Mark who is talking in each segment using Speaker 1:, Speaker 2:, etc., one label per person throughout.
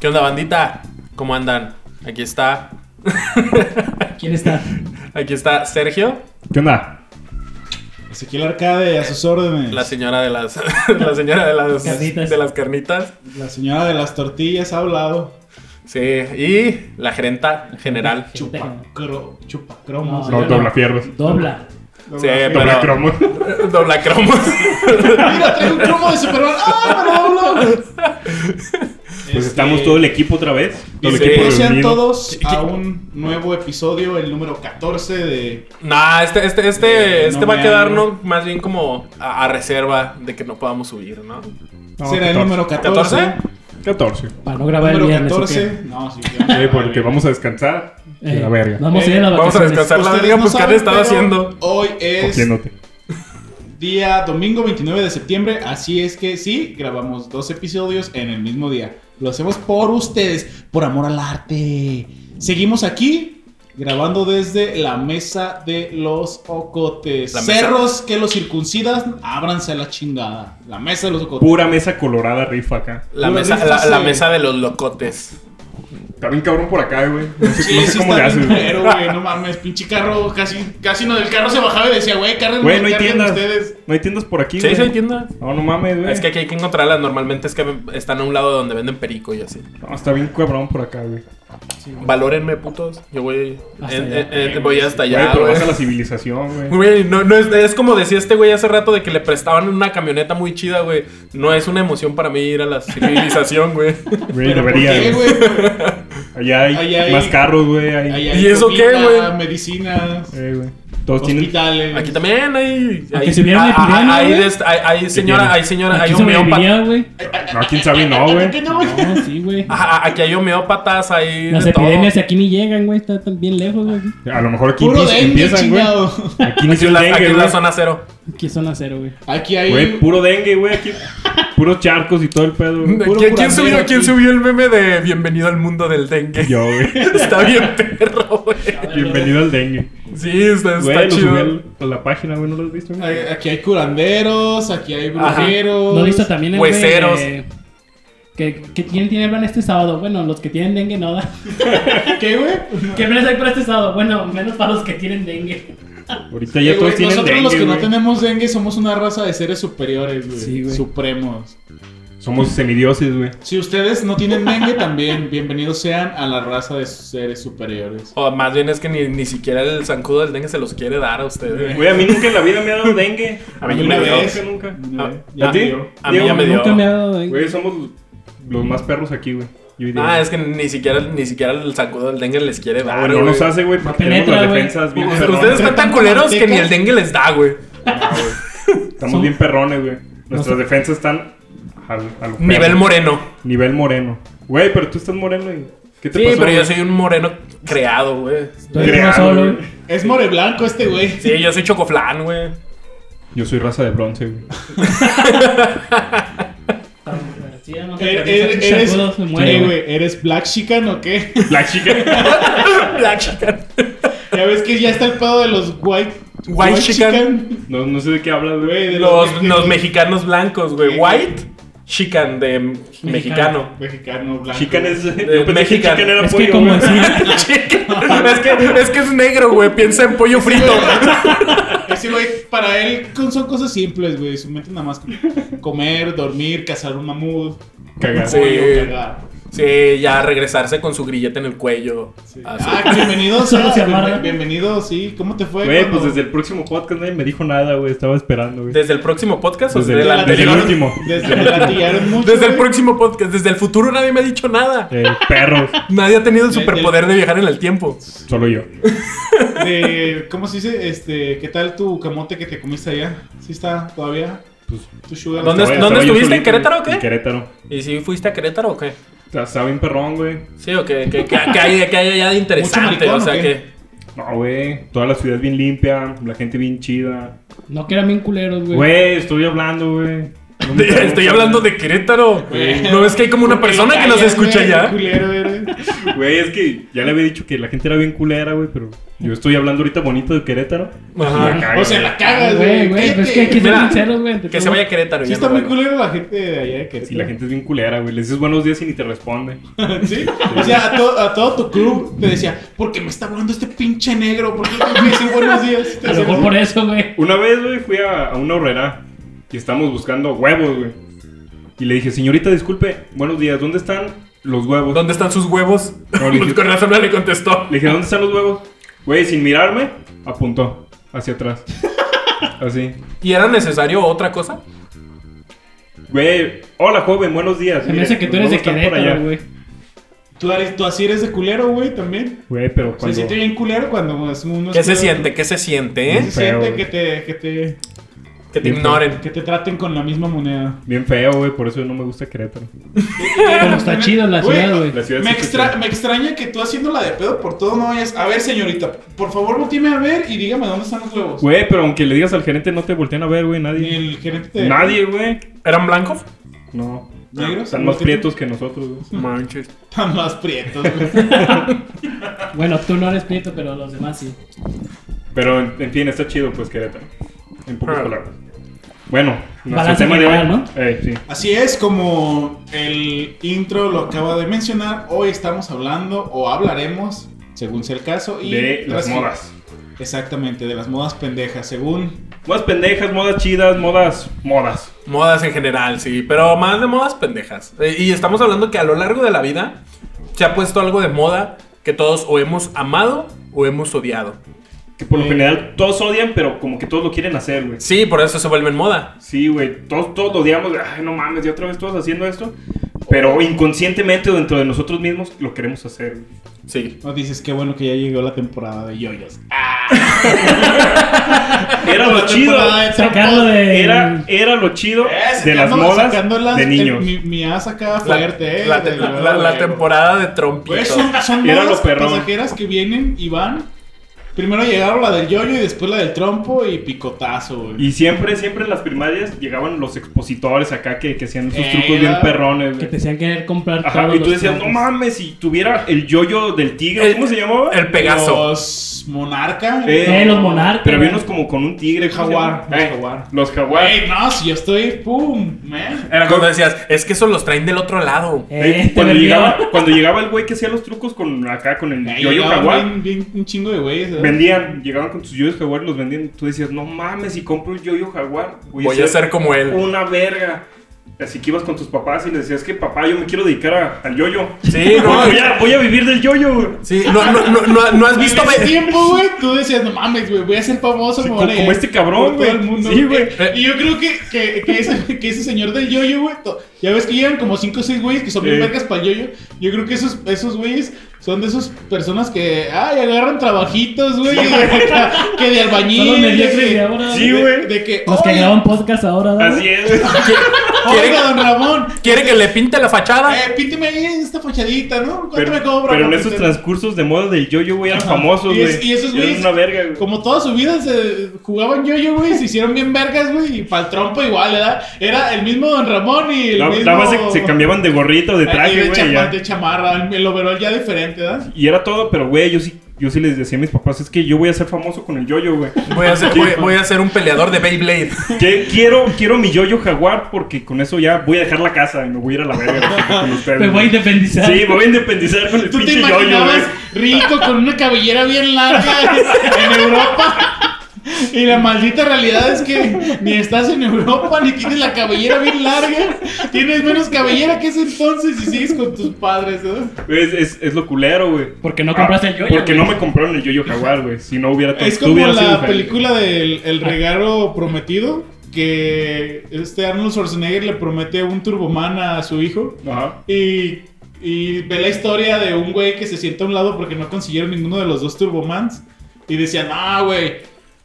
Speaker 1: ¿Qué onda, bandita? ¿Cómo andan? Aquí está.
Speaker 2: ¿Quién está?
Speaker 1: Aquí está Sergio,
Speaker 3: ¿Qué onda?
Speaker 4: Ezequiel Arcade, a sus órdenes.
Speaker 1: la señora de las. la señora de las.
Speaker 2: Carnitas.
Speaker 1: De las carnitas.
Speaker 4: La señora de las tortillas ha hablado.
Speaker 1: Sí. Y la gerenta general.
Speaker 4: Chupacro, chupacromos.
Speaker 2: No,
Speaker 3: No,
Speaker 2: yo
Speaker 3: dobla piernas.
Speaker 2: Dobla.
Speaker 1: Sí,
Speaker 4: Eh,
Speaker 3: Dobla
Speaker 1: pero.
Speaker 3: cromos.
Speaker 1: Dobla cromos.
Speaker 4: Mira, trae un cromo de Superman. ¡Ah, pero hablo!
Speaker 3: Pues
Speaker 4: Este,
Speaker 3: estamos todo el equipo otra vez. Todo el
Speaker 1: Sí.
Speaker 3: equipo
Speaker 4: sean
Speaker 3: reunido.
Speaker 4: todos
Speaker 1: ¿Qué- qué-
Speaker 4: a un nuevo episodio, el número 14 de.
Speaker 1: Nah, este, este, este,
Speaker 4: Eh,
Speaker 1: este
Speaker 4: no
Speaker 1: va a
Speaker 4: me
Speaker 1: quedar
Speaker 4: hago.
Speaker 1: ¿no? más bien como a, a reserva de que no podamos subir, ¿no?
Speaker 3: No,
Speaker 4: será el
Speaker 3: 14.
Speaker 4: número 14.
Speaker 1: ¿14?
Speaker 3: 14. Sí,
Speaker 2: Para no grabar
Speaker 4: Número
Speaker 2: el viernes. ¿o qué?
Speaker 4: 14. No, sí, ya.
Speaker 3: porque vamos a descansar.
Speaker 2: Eh,
Speaker 3: Y la verga.
Speaker 2: Vamos a ir a las
Speaker 1: Vamos a
Speaker 2: vacaciones.
Speaker 1: descansar. la
Speaker 4: Ustedes
Speaker 1: verga,
Speaker 4: no
Speaker 1: pues, ¿qué han
Speaker 4: saben,
Speaker 1: estado
Speaker 4: pero
Speaker 1: haciendo?
Speaker 4: Hoy es
Speaker 3: Cogiéndote.
Speaker 4: día domingo 29 de septiembre, así es que sí, grabamos dos episodios en el mismo día. Lo hacemos por ustedes, por amor al arte. Seguimos aquí grabando desde la mesa de los ocotes.
Speaker 1: La mesa.
Speaker 4: Cerros que los circuncidan, ábranse a la chingada. La mesa de los ocotes.
Speaker 3: Pura mesa colorada rifa acá.
Speaker 1: La
Speaker 4: Lo
Speaker 1: mesa,
Speaker 4: rifa
Speaker 1: la,
Speaker 4: se-
Speaker 1: la mesa de los locotes.
Speaker 3: Está bien cabrón por acá, güey. No sé,
Speaker 4: Sí,
Speaker 3: no sé
Speaker 4: sí
Speaker 3: cómo le
Speaker 4: está
Speaker 3: haces,
Speaker 4: bien
Speaker 3: güey.
Speaker 4: culero, güey, no mames, pinche carro, casi, casi no del carro se bajaba y decía, güey, carguen
Speaker 3: Güey, no hay
Speaker 4: carguen
Speaker 3: tiendas.
Speaker 4: ustedes.
Speaker 3: No hay tiendas por aquí,
Speaker 1: Sí,
Speaker 3: güey.
Speaker 4: eh.
Speaker 1: sí, entiendo.
Speaker 3: No, no mames, güey.
Speaker 1: Es que aquí hay que encontrarlas. Normalmente es que están a un lado donde venden perico y así.
Speaker 3: No, está bien cabrón por acá, güey.
Speaker 1: Valórenme, putos. Yo voy,
Speaker 2: Hasta
Speaker 1: en-
Speaker 2: allá.
Speaker 1: en- en- voy hasta
Speaker 3: Güey,
Speaker 1: allá.
Speaker 3: pero
Speaker 1: güey.
Speaker 3: vas a la civilización, güey.
Speaker 1: Güey, no, no es, es como decía este güey hace rato de que le prestaban una camioneta muy chida, güey. No es una emoción para mí ir a la civilización, güey.
Speaker 3: Güey,
Speaker 4: ¿por
Speaker 3: debería,
Speaker 4: qué,
Speaker 3: güey.
Speaker 4: güey?
Speaker 3: Allá hay,
Speaker 4: Allá hay-
Speaker 3: más carros, güey. hay-
Speaker 4: Ahí
Speaker 1: ¿Y
Speaker 4: hay
Speaker 1: eso qué,
Speaker 4: comida,
Speaker 1: güey?
Speaker 4: Medicinas,
Speaker 3: Eh, güey. Todos tienen
Speaker 4: hospitales.
Speaker 1: Aquí también hay.
Speaker 2: Aunque
Speaker 1: hay-
Speaker 2: si hubiera una
Speaker 1: ah, ah,
Speaker 2: epidemia,
Speaker 1: hay
Speaker 2: güey.
Speaker 1: de est- hay- hay señora,
Speaker 3: tiene?
Speaker 1: hay señora, hay
Speaker 2: Aquí
Speaker 1: homeópatas.
Speaker 2: sobreviviría, güey.
Speaker 3: No, quién sabe, no, güey.
Speaker 2: No, sí, güey.
Speaker 1: Ajá, Aquí hay homeópatas, hay.
Speaker 2: Las
Speaker 1: de Ah, todo.
Speaker 2: epidemias aquí ni llegan, güey. Está tan bien lejos, güey.
Speaker 3: A lo mejor aquí
Speaker 4: Puro
Speaker 3: empieza-
Speaker 4: dengue,
Speaker 3: empiezan, güey.
Speaker 4: chingado.
Speaker 3: Aquí
Speaker 1: Aquí en
Speaker 3: inició el
Speaker 1: la, aquí
Speaker 3: dengue,
Speaker 1: en la
Speaker 3: güey.
Speaker 1: zona cero.
Speaker 2: Aquí son a cero, güey.
Speaker 4: Aquí hay.
Speaker 3: Güey, puro dengue, güey. Aquí puros charcos y todo el pedo. güey.
Speaker 4: Puro
Speaker 1: ¿Quién, quién
Speaker 4: curandero
Speaker 1: subió,
Speaker 4: aquí.
Speaker 1: quién subió el meme de Bienvenido al mundo del dengue?
Speaker 3: Yo, güey.
Speaker 1: Está bien perro, güey.
Speaker 3: Bienvenido al dengue.
Speaker 1: Sí, está, está
Speaker 3: Güey, lo
Speaker 1: chido.
Speaker 3: subí al- a la página, güey. ¿No lo has visto? güey?
Speaker 4: hay- Aquí hay curanderos, aquí hay
Speaker 1: Ajá.
Speaker 4: brujeros.
Speaker 2: ¿No viste también el
Speaker 1: Hueseros.
Speaker 2: güey, eh, que, que tienen, tienen plan este sábado. Bueno, los que tienen dengue no da.
Speaker 4: ¿Qué, güey?
Speaker 2: ¿Qué menos hay para este sábado? Bueno, menos para los que tienen dengue.
Speaker 3: Ahorita
Speaker 4: Eh,
Speaker 3: ya todos
Speaker 4: güey,
Speaker 3: tienen
Speaker 4: Nosotros
Speaker 3: dengue,
Speaker 4: los que no
Speaker 3: güey.
Speaker 4: tenemos dengue somos una raza de seres superiores, güey.
Speaker 2: Sí, güey.
Speaker 4: Supremos.
Speaker 3: Somos semidioses, güey.
Speaker 4: Si ustedes no tienen dengue, también bienvenidos sean a la raza de seres superiores.
Speaker 1: O más bien es que ni, ni siquiera el zancudo del dengue se los quiere dar a ustedes.
Speaker 3: Güey, a mí nunca en la vida me ha dado dengue.
Speaker 1: A mí
Speaker 4: me dio.
Speaker 3: Nunca, nunca.
Speaker 4: Una
Speaker 1: Ah,
Speaker 4: vez.
Speaker 3: ¿A ti?
Speaker 4: dio.
Speaker 1: A mí ya me dio.
Speaker 2: Nunca me ha dado dengue.
Speaker 3: Güey, somos los más perros aquí, güey. Yo y Diego.
Speaker 1: Ah, es que ni siquiera, ni siquiera el zancudo del dengue les quiere
Speaker 3: Ah,
Speaker 1: dar,
Speaker 3: no
Speaker 1: güey.
Speaker 3: nos hace, güey, porque
Speaker 2: Penetra,
Speaker 3: tenemos las
Speaker 2: güey.
Speaker 3: defensas bien
Speaker 1: Ustedes
Speaker 3: perrones.
Speaker 1: ustedes están tan culeros que ni el dengue les da, güey.
Speaker 3: Estamos bien perrones, güey. Nuestras
Speaker 2: Nos-
Speaker 3: defensas están al, a lo
Speaker 1: Nivel
Speaker 3: perro.
Speaker 1: moreno.
Speaker 3: Nivel moreno. Güey, pero tú estás moreno y... ¿Qué te
Speaker 1: Sí, pues.
Speaker 3: pasó?
Speaker 1: pero yo
Speaker 3: güey?
Speaker 1: soy un moreno creado, güey.
Speaker 2: Estoy
Speaker 3: Creado,
Speaker 2: solo.
Speaker 3: güey.
Speaker 4: Es more blanco este, güey.
Speaker 1: Sí, yo soy chocoflán, güey.
Speaker 3: Yo soy raza de bronce, güey.
Speaker 2: Sí, ya no se
Speaker 4: Eh, eh,
Speaker 2: atraviesan,
Speaker 4: Eres,
Speaker 2: sacudo, se
Speaker 4: eh,
Speaker 2: muere, güey.
Speaker 4: güey, ¿eres black chican o qué?
Speaker 3: La chica...
Speaker 1: Black chican.
Speaker 4: Ya ves que ya está el pedo de los white,
Speaker 1: White chican.
Speaker 3: No, no sé de qué hablas,
Speaker 4: Güey,
Speaker 3: güey.
Speaker 4: de
Speaker 1: Los, los mexicanos blancos, güey. White chican de mexicano.
Speaker 4: Mexicano blanco.
Speaker 3: Chican es... Yo
Speaker 1: Eh,
Speaker 3: pensé que
Speaker 1: Mexican.
Speaker 3: chican era
Speaker 2: Es
Speaker 3: pollo,
Speaker 2: que como
Speaker 3: güey.
Speaker 2: decía,
Speaker 1: Chican. Es que, es que es negro, güey. Piensa en pollo frito.
Speaker 4: Ese güey, para él con- son cosas simples, güey. Su mente nada más como comer, dormir, cazar un mamut,
Speaker 3: Cagar.
Speaker 1: Sí.
Speaker 4: pollo, cagar.
Speaker 1: Sí, ya regresarse con su grillete en el cuello.
Speaker 4: Sí.
Speaker 1: Ah, sí.
Speaker 4: Ah, bienvenidos,
Speaker 2: Solo
Speaker 4: ah,
Speaker 2: se amarra.
Speaker 4: bien- bienvenido, sí. ¿Cómo te fue?
Speaker 3: Güey,
Speaker 4: cuando-
Speaker 3: pues desde el próximo podcast nadie me dijo nada, güey. Estaba esperando, güey.
Speaker 1: ¿Desde el próximo podcast o
Speaker 3: Desde
Speaker 1: desde el
Speaker 3: el- desde el
Speaker 1: anterior?
Speaker 3: último.
Speaker 4: Desde me latigaron mucho.
Speaker 1: Desde el
Speaker 4: güey.
Speaker 1: próximo podcast, desde el futuro nadie me ha dicho nada.
Speaker 3: Eh, perros.
Speaker 1: Nadie ha tenido el
Speaker 4: Del-
Speaker 1: superpoder de viajar en el tiempo.
Speaker 3: Solo yo.
Speaker 4: De- ¿Cómo se dice? Este, ¿Qué tal tu camote que te comiste allá? ¿Sí está todavía?
Speaker 3: Pues,
Speaker 4: ¿Tu sugar?
Speaker 1: ¿Dónde
Speaker 3: estaba-
Speaker 1: es-
Speaker 3: estaba yo
Speaker 1: estuviste?
Speaker 3: solito,
Speaker 1: ¿En Querétaro o qué?
Speaker 3: En Querétaro.
Speaker 1: ¿Y si fuiste a Querétaro o qué?
Speaker 3: O sea, Estaba bien perrón, güey.
Speaker 1: Sí, o qué, qué, qué- qué hay, qué hay allá de interesante. o
Speaker 4: maricón,
Speaker 1: sea
Speaker 4: ¿o qué?
Speaker 1: que.
Speaker 3: No, güey. Toda la ciudad bien limpia, la gente bien chida.
Speaker 2: no que eran bien culeros, güey.
Speaker 3: Güey, estoy hablando, güey. No me interrumpas,
Speaker 1: Estoy hablando de Querétaro.
Speaker 4: Güey.
Speaker 1: No es que hay como una
Speaker 4: ¿Por qué
Speaker 1: persona
Speaker 4: lo
Speaker 1: que nos
Speaker 4: callas,
Speaker 1: escucha
Speaker 4: güey?
Speaker 1: allá.
Speaker 4: Qué culero eres.
Speaker 3: Güey, es que ya le había dicho que la gente era bien culera, güey, pero yo estoy hablando ahorita bonito de Querétaro.
Speaker 1: Ajá.
Speaker 3: La cago,
Speaker 4: O sea,
Speaker 3: güey.
Speaker 4: la cagas,
Speaker 2: Güey, güey, pues es que hay que ser
Speaker 1: Mira,
Speaker 2: sinceros, güey. ante
Speaker 1: Que
Speaker 2: todo.
Speaker 1: se vaya a Querétaro.
Speaker 4: Sí,
Speaker 1: ya
Speaker 4: está
Speaker 1: no
Speaker 4: muy
Speaker 1: vaya.
Speaker 4: culero la gente de allá de Querétaro.
Speaker 3: Sí, la gente es bien culera, güey. Le dices buenos días y ni te responde.
Speaker 4: ¿Sí? O sea, a, to- a todo tu club te decía, ¿por qué me está hablando este pinche negro? ¿Por qué me dice buenos días? Y te
Speaker 2: A lo
Speaker 4: decía,
Speaker 2: mejor por eso, güey.
Speaker 3: Una vez, güey, fui a, a una horrera y estamos buscando huevos, güey. Y le dije, señorita, disculpe, buenos días, ¿dónde están los huevos?
Speaker 1: ¿Dónde están sus huevos?
Speaker 3: No, le dije-
Speaker 1: Con razón no le contestó.
Speaker 3: Le dije, ¿dónde están los huevos? Güey, sin mirarme, apuntó hacia atrás. Así.
Speaker 1: ¿Y era necesario otra cosa?
Speaker 3: Güey, hola joven, buenos días.
Speaker 2: Se me
Speaker 3: Mire,
Speaker 2: hace que tú
Speaker 3: los
Speaker 2: eres de
Speaker 3: huevos están por allá.
Speaker 2: Querétaro, güey.
Speaker 4: Tú, eres- tú así eres de culero, güey, también.
Speaker 3: Güey, pero
Speaker 4: Se
Speaker 3: cuando...
Speaker 4: siente bien culero cuando es uno
Speaker 1: ¿Qué
Speaker 4: es
Speaker 1: se
Speaker 4: culero.
Speaker 1: siente? ¿Qué se siente,
Speaker 4: ¿Qué
Speaker 1: eh?
Speaker 4: se siente
Speaker 3: Feo,
Speaker 4: que te, que, te,
Speaker 1: Que te
Speaker 3: Bien,
Speaker 1: ignoren.
Speaker 4: que te traten con la misma moneda?
Speaker 3: Bien feo, güey, por eso no me gusta Querétaro.
Speaker 2: Como está chido la
Speaker 4: Güey,
Speaker 2: ciudad, güey.
Speaker 3: La ciudad
Speaker 4: Me,
Speaker 3: sí que
Speaker 4: extra-
Speaker 3: está-
Speaker 4: me extraña que tú haciéndola de pedo por todo no vayas. A ver, señorita, por favor, volteame a ver y dígame dónde están los huevos.
Speaker 3: Güey, pero aunque le digas al gerente no te voltean a ver, güey,
Speaker 4: Ni
Speaker 3: nadie.
Speaker 4: el gerente te-
Speaker 3: Nadie, güey.
Speaker 1: ¿Eran blancos?
Speaker 3: No.
Speaker 4: ¿Negros?
Speaker 3: Están más
Speaker 4: ¿Negros?
Speaker 3: prietos que nosotros, güey.
Speaker 1: Manches.
Speaker 4: Están más prietos, güey.
Speaker 2: Bueno, tú no eres prieto, pero los demás sí.
Speaker 3: Pero, en en fin, está chido, pues, Querétaro. En pocas
Speaker 1: Ah.
Speaker 3: palabras. Bueno, nuestro
Speaker 2: Balance
Speaker 3: tema de hoy.
Speaker 2: general, ¿no?
Speaker 3: Eh, sí.
Speaker 4: Así es, como el intro lo acaba de mencionar, hoy estamos hablando o hablaremos, según sea el caso, y
Speaker 3: De las
Speaker 4: reci-
Speaker 3: modas.
Speaker 4: Exactamente, de las modas pendejas, según.
Speaker 3: Modas pendejas, modas chidas, modas. Modas.
Speaker 1: Modas en general, sí, pero más de modas pendejas. Eh, Y estamos hablando que a lo largo de la vida se ha puesto algo de moda que todos o hemos amado o hemos odiado.
Speaker 3: Que por lo
Speaker 4: Eh.
Speaker 3: general todos odian, pero como que todos lo quieren hacer, güey.
Speaker 1: Sí, por eso se vuelve en moda.
Speaker 3: Sí, güey. Todos, todos lo odiamos. de, Ay, no mames, ya otra vez todos haciendo esto. Pero inconscientemente dentro de nosotros mismos lo queremos hacer, güey.
Speaker 1: Sí.
Speaker 4: No dices qué bueno que ya llegó la temporada de yoyos.
Speaker 3: Era lo
Speaker 4: La
Speaker 3: chido.
Speaker 4: temporada de Eh,
Speaker 2: Sacarlo
Speaker 4: trompos.
Speaker 2: de.
Speaker 3: Era, era lo chido
Speaker 4: Eh,
Speaker 3: de las
Speaker 4: sacando- sacando
Speaker 3: modas
Speaker 4: las-
Speaker 3: de
Speaker 4: el-
Speaker 3: niños.
Speaker 4: Eh, mi, mi asa acá
Speaker 1: La,
Speaker 4: fuerte, eh.
Speaker 1: la-
Speaker 4: de-
Speaker 1: la-
Speaker 4: de-
Speaker 1: la- la
Speaker 4: de-
Speaker 1: temporada de
Speaker 4: Güey,
Speaker 1: trompitos.
Speaker 4: son, son
Speaker 3: Era
Speaker 4: modas
Speaker 3: lo perrón.
Speaker 4: pasajeras que vienen y van. Primero llegaron la del yoyo y después la del trompo y picotazo, güey.
Speaker 3: Y siempre, siempre en las primarias llegaban los expositores acá que, que hacían sus
Speaker 4: Eh,
Speaker 3: trucos bien
Speaker 4: era-
Speaker 3: perrones.
Speaker 2: Que
Speaker 3: güey.
Speaker 2: te hacían querer comprar
Speaker 3: Ajá,
Speaker 2: todos
Speaker 3: y tú
Speaker 2: los
Speaker 3: decías, no
Speaker 2: trajes.
Speaker 3: mames, si tuviera el yoyo del tigre,
Speaker 1: El-
Speaker 3: ¿cómo se llamaba?
Speaker 1: El Pegaso.
Speaker 4: Los monarca.
Speaker 2: Eh, los monarcas.
Speaker 3: Pero había unos como con un tigre. ¿cómo se
Speaker 4: Jaguar,
Speaker 3: llama?
Speaker 4: los
Speaker 3: Eh,
Speaker 4: jaguar.
Speaker 3: Los jaguar.
Speaker 4: Güey, no, si yo estoy. ¡Pum! Man.
Speaker 1: Era cuando decías, es que esos los traen del otro lado.
Speaker 2: Eh,
Speaker 4: este
Speaker 3: Eh,
Speaker 2: te
Speaker 3: cuando,
Speaker 2: vendía-
Speaker 3: llegaba, cuando llegaba el güey que hacía los trucos con acá con el
Speaker 4: Ahí
Speaker 3: yoyo
Speaker 4: llegaban
Speaker 3: jaguar,
Speaker 4: bien- bien un chingo de güeyes. ¿verdad?
Speaker 3: vendían, llegaban con sus yoyos jaguar y los vendían. Tú decías, no mames, si compro un yoyo jaguar,
Speaker 1: Voy a ser como él.
Speaker 3: una verga. Así que ibas con tus papás y les decías que papá, yo me quiero dedicar a- al yoyo.
Speaker 1: Sí, no.
Speaker 3: voy, a, voy a vivir del yoyo. güey.
Speaker 1: Sí, no, no, no, no- no has
Speaker 4: En
Speaker 1: visto.
Speaker 4: ese
Speaker 1: ve-
Speaker 4: tiempo, güey, tú decías, no mames, güey, voy a ser famoso
Speaker 3: Sí,
Speaker 4: me
Speaker 3: como-
Speaker 4: voy a
Speaker 3: como
Speaker 4: ir
Speaker 3: este cabrón,
Speaker 4: por todo
Speaker 3: güey.
Speaker 4: el mundo,
Speaker 3: Sí, güey.
Speaker 4: Eh, Y yo creo que, que, que ese, que ese señor del yoyo, güey, to- ya ves que llegan como 5 o 6 güeyes que son bien
Speaker 3: Eh.
Speaker 4: vergas para el yoyo. Yo creo que esos, esos güeyes son de esas personas que, ay, agarran trabajitos, güey, que, que de albañil.
Speaker 2: Son los
Speaker 4: de
Speaker 2: mediocres
Speaker 4: que-
Speaker 2: de ahora.
Speaker 3: Sí,
Speaker 4: de-
Speaker 3: güey.
Speaker 4: De que,
Speaker 2: Los que
Speaker 4: "Oye,
Speaker 2: graban podcast ahora,
Speaker 4: Ah.
Speaker 2: ¿no?
Speaker 3: Así es.
Speaker 4: oiga, don Ramón,
Speaker 1: ¿Quiere que le pinte la fachada?
Speaker 4: eh, pínteme ahí esta fachadita, ¿no?
Speaker 3: Ah.
Speaker 4: ¿Cuánto
Speaker 3: Pero,
Speaker 4: me cobra?
Speaker 3: pero en
Speaker 4: por
Speaker 3: esos
Speaker 4: pintar?"
Speaker 3: transcursos de moda del yoyo, güey, eran
Speaker 4: Ajá.
Speaker 3: famosos,
Speaker 4: Y
Speaker 3: güey.
Speaker 4: es- y esos
Speaker 3: Eran
Speaker 4: güeyes-
Speaker 3: una verga, güey.
Speaker 4: Como toda su vida se jugaban yo-yo, güey, se hicieron bien vergas, güey, y para el trompo igual, ¿verdad? Era el mismo Don Ramón y el
Speaker 3: No,
Speaker 4: mismo...
Speaker 3: Nada más se, se cambiaban de gorrito o de
Speaker 4: Ay, de
Speaker 3: traje, güey.
Speaker 4: chama-
Speaker 3: ya.
Speaker 4: De chamarra, el- el overall ya diferente, ¿verdad?
Speaker 3: Y era todo, pero güey, yo sí, yo sí les decía a mis papás, es que yo voy a ser famoso con el yoyo, güey.
Speaker 1: Voy a ser, voy- voy a ser un peleador de Beyblade.
Speaker 3: Que quiero, quiero mi yoyo jaguar porque con eso ya voy a dejar la casa y me voy a ir a la verga güey, con ustedes.
Speaker 2: Me voy a
Speaker 3: güey.
Speaker 2: independizar.
Speaker 3: Sí, me voy a independizar con el
Speaker 4: ¿Tú te
Speaker 3: pinche yoyo,
Speaker 4: imaginabas
Speaker 3: güey.
Speaker 4: rico con una cabellera bien larga en Europa? Y la maldita realidad es que ni estás en Europa, ni tienes la cabellera bien larga, tienes menos cabellera que ese entonces y sigues con tus padres, ¿verdad?
Speaker 3: Es, es, es lo culero, güey.
Speaker 2: Porque no compraste el yoyo.
Speaker 3: Porque
Speaker 2: güey.
Speaker 3: no me compraron el yoyo jaguar, güey. Si no hubiera
Speaker 4: Es
Speaker 3: tú
Speaker 4: como
Speaker 3: hubieras sido
Speaker 4: la
Speaker 3: feliz.
Speaker 4: película del El regalo prometido que este Arnold Schwarzenegger le promete un Turboman a su hijo
Speaker 3: Ajá.
Speaker 4: y, y ve la historia de un güey que se sienta a un lado porque no consiguieron ninguno de los dos Turbomans y decían, ah, güey,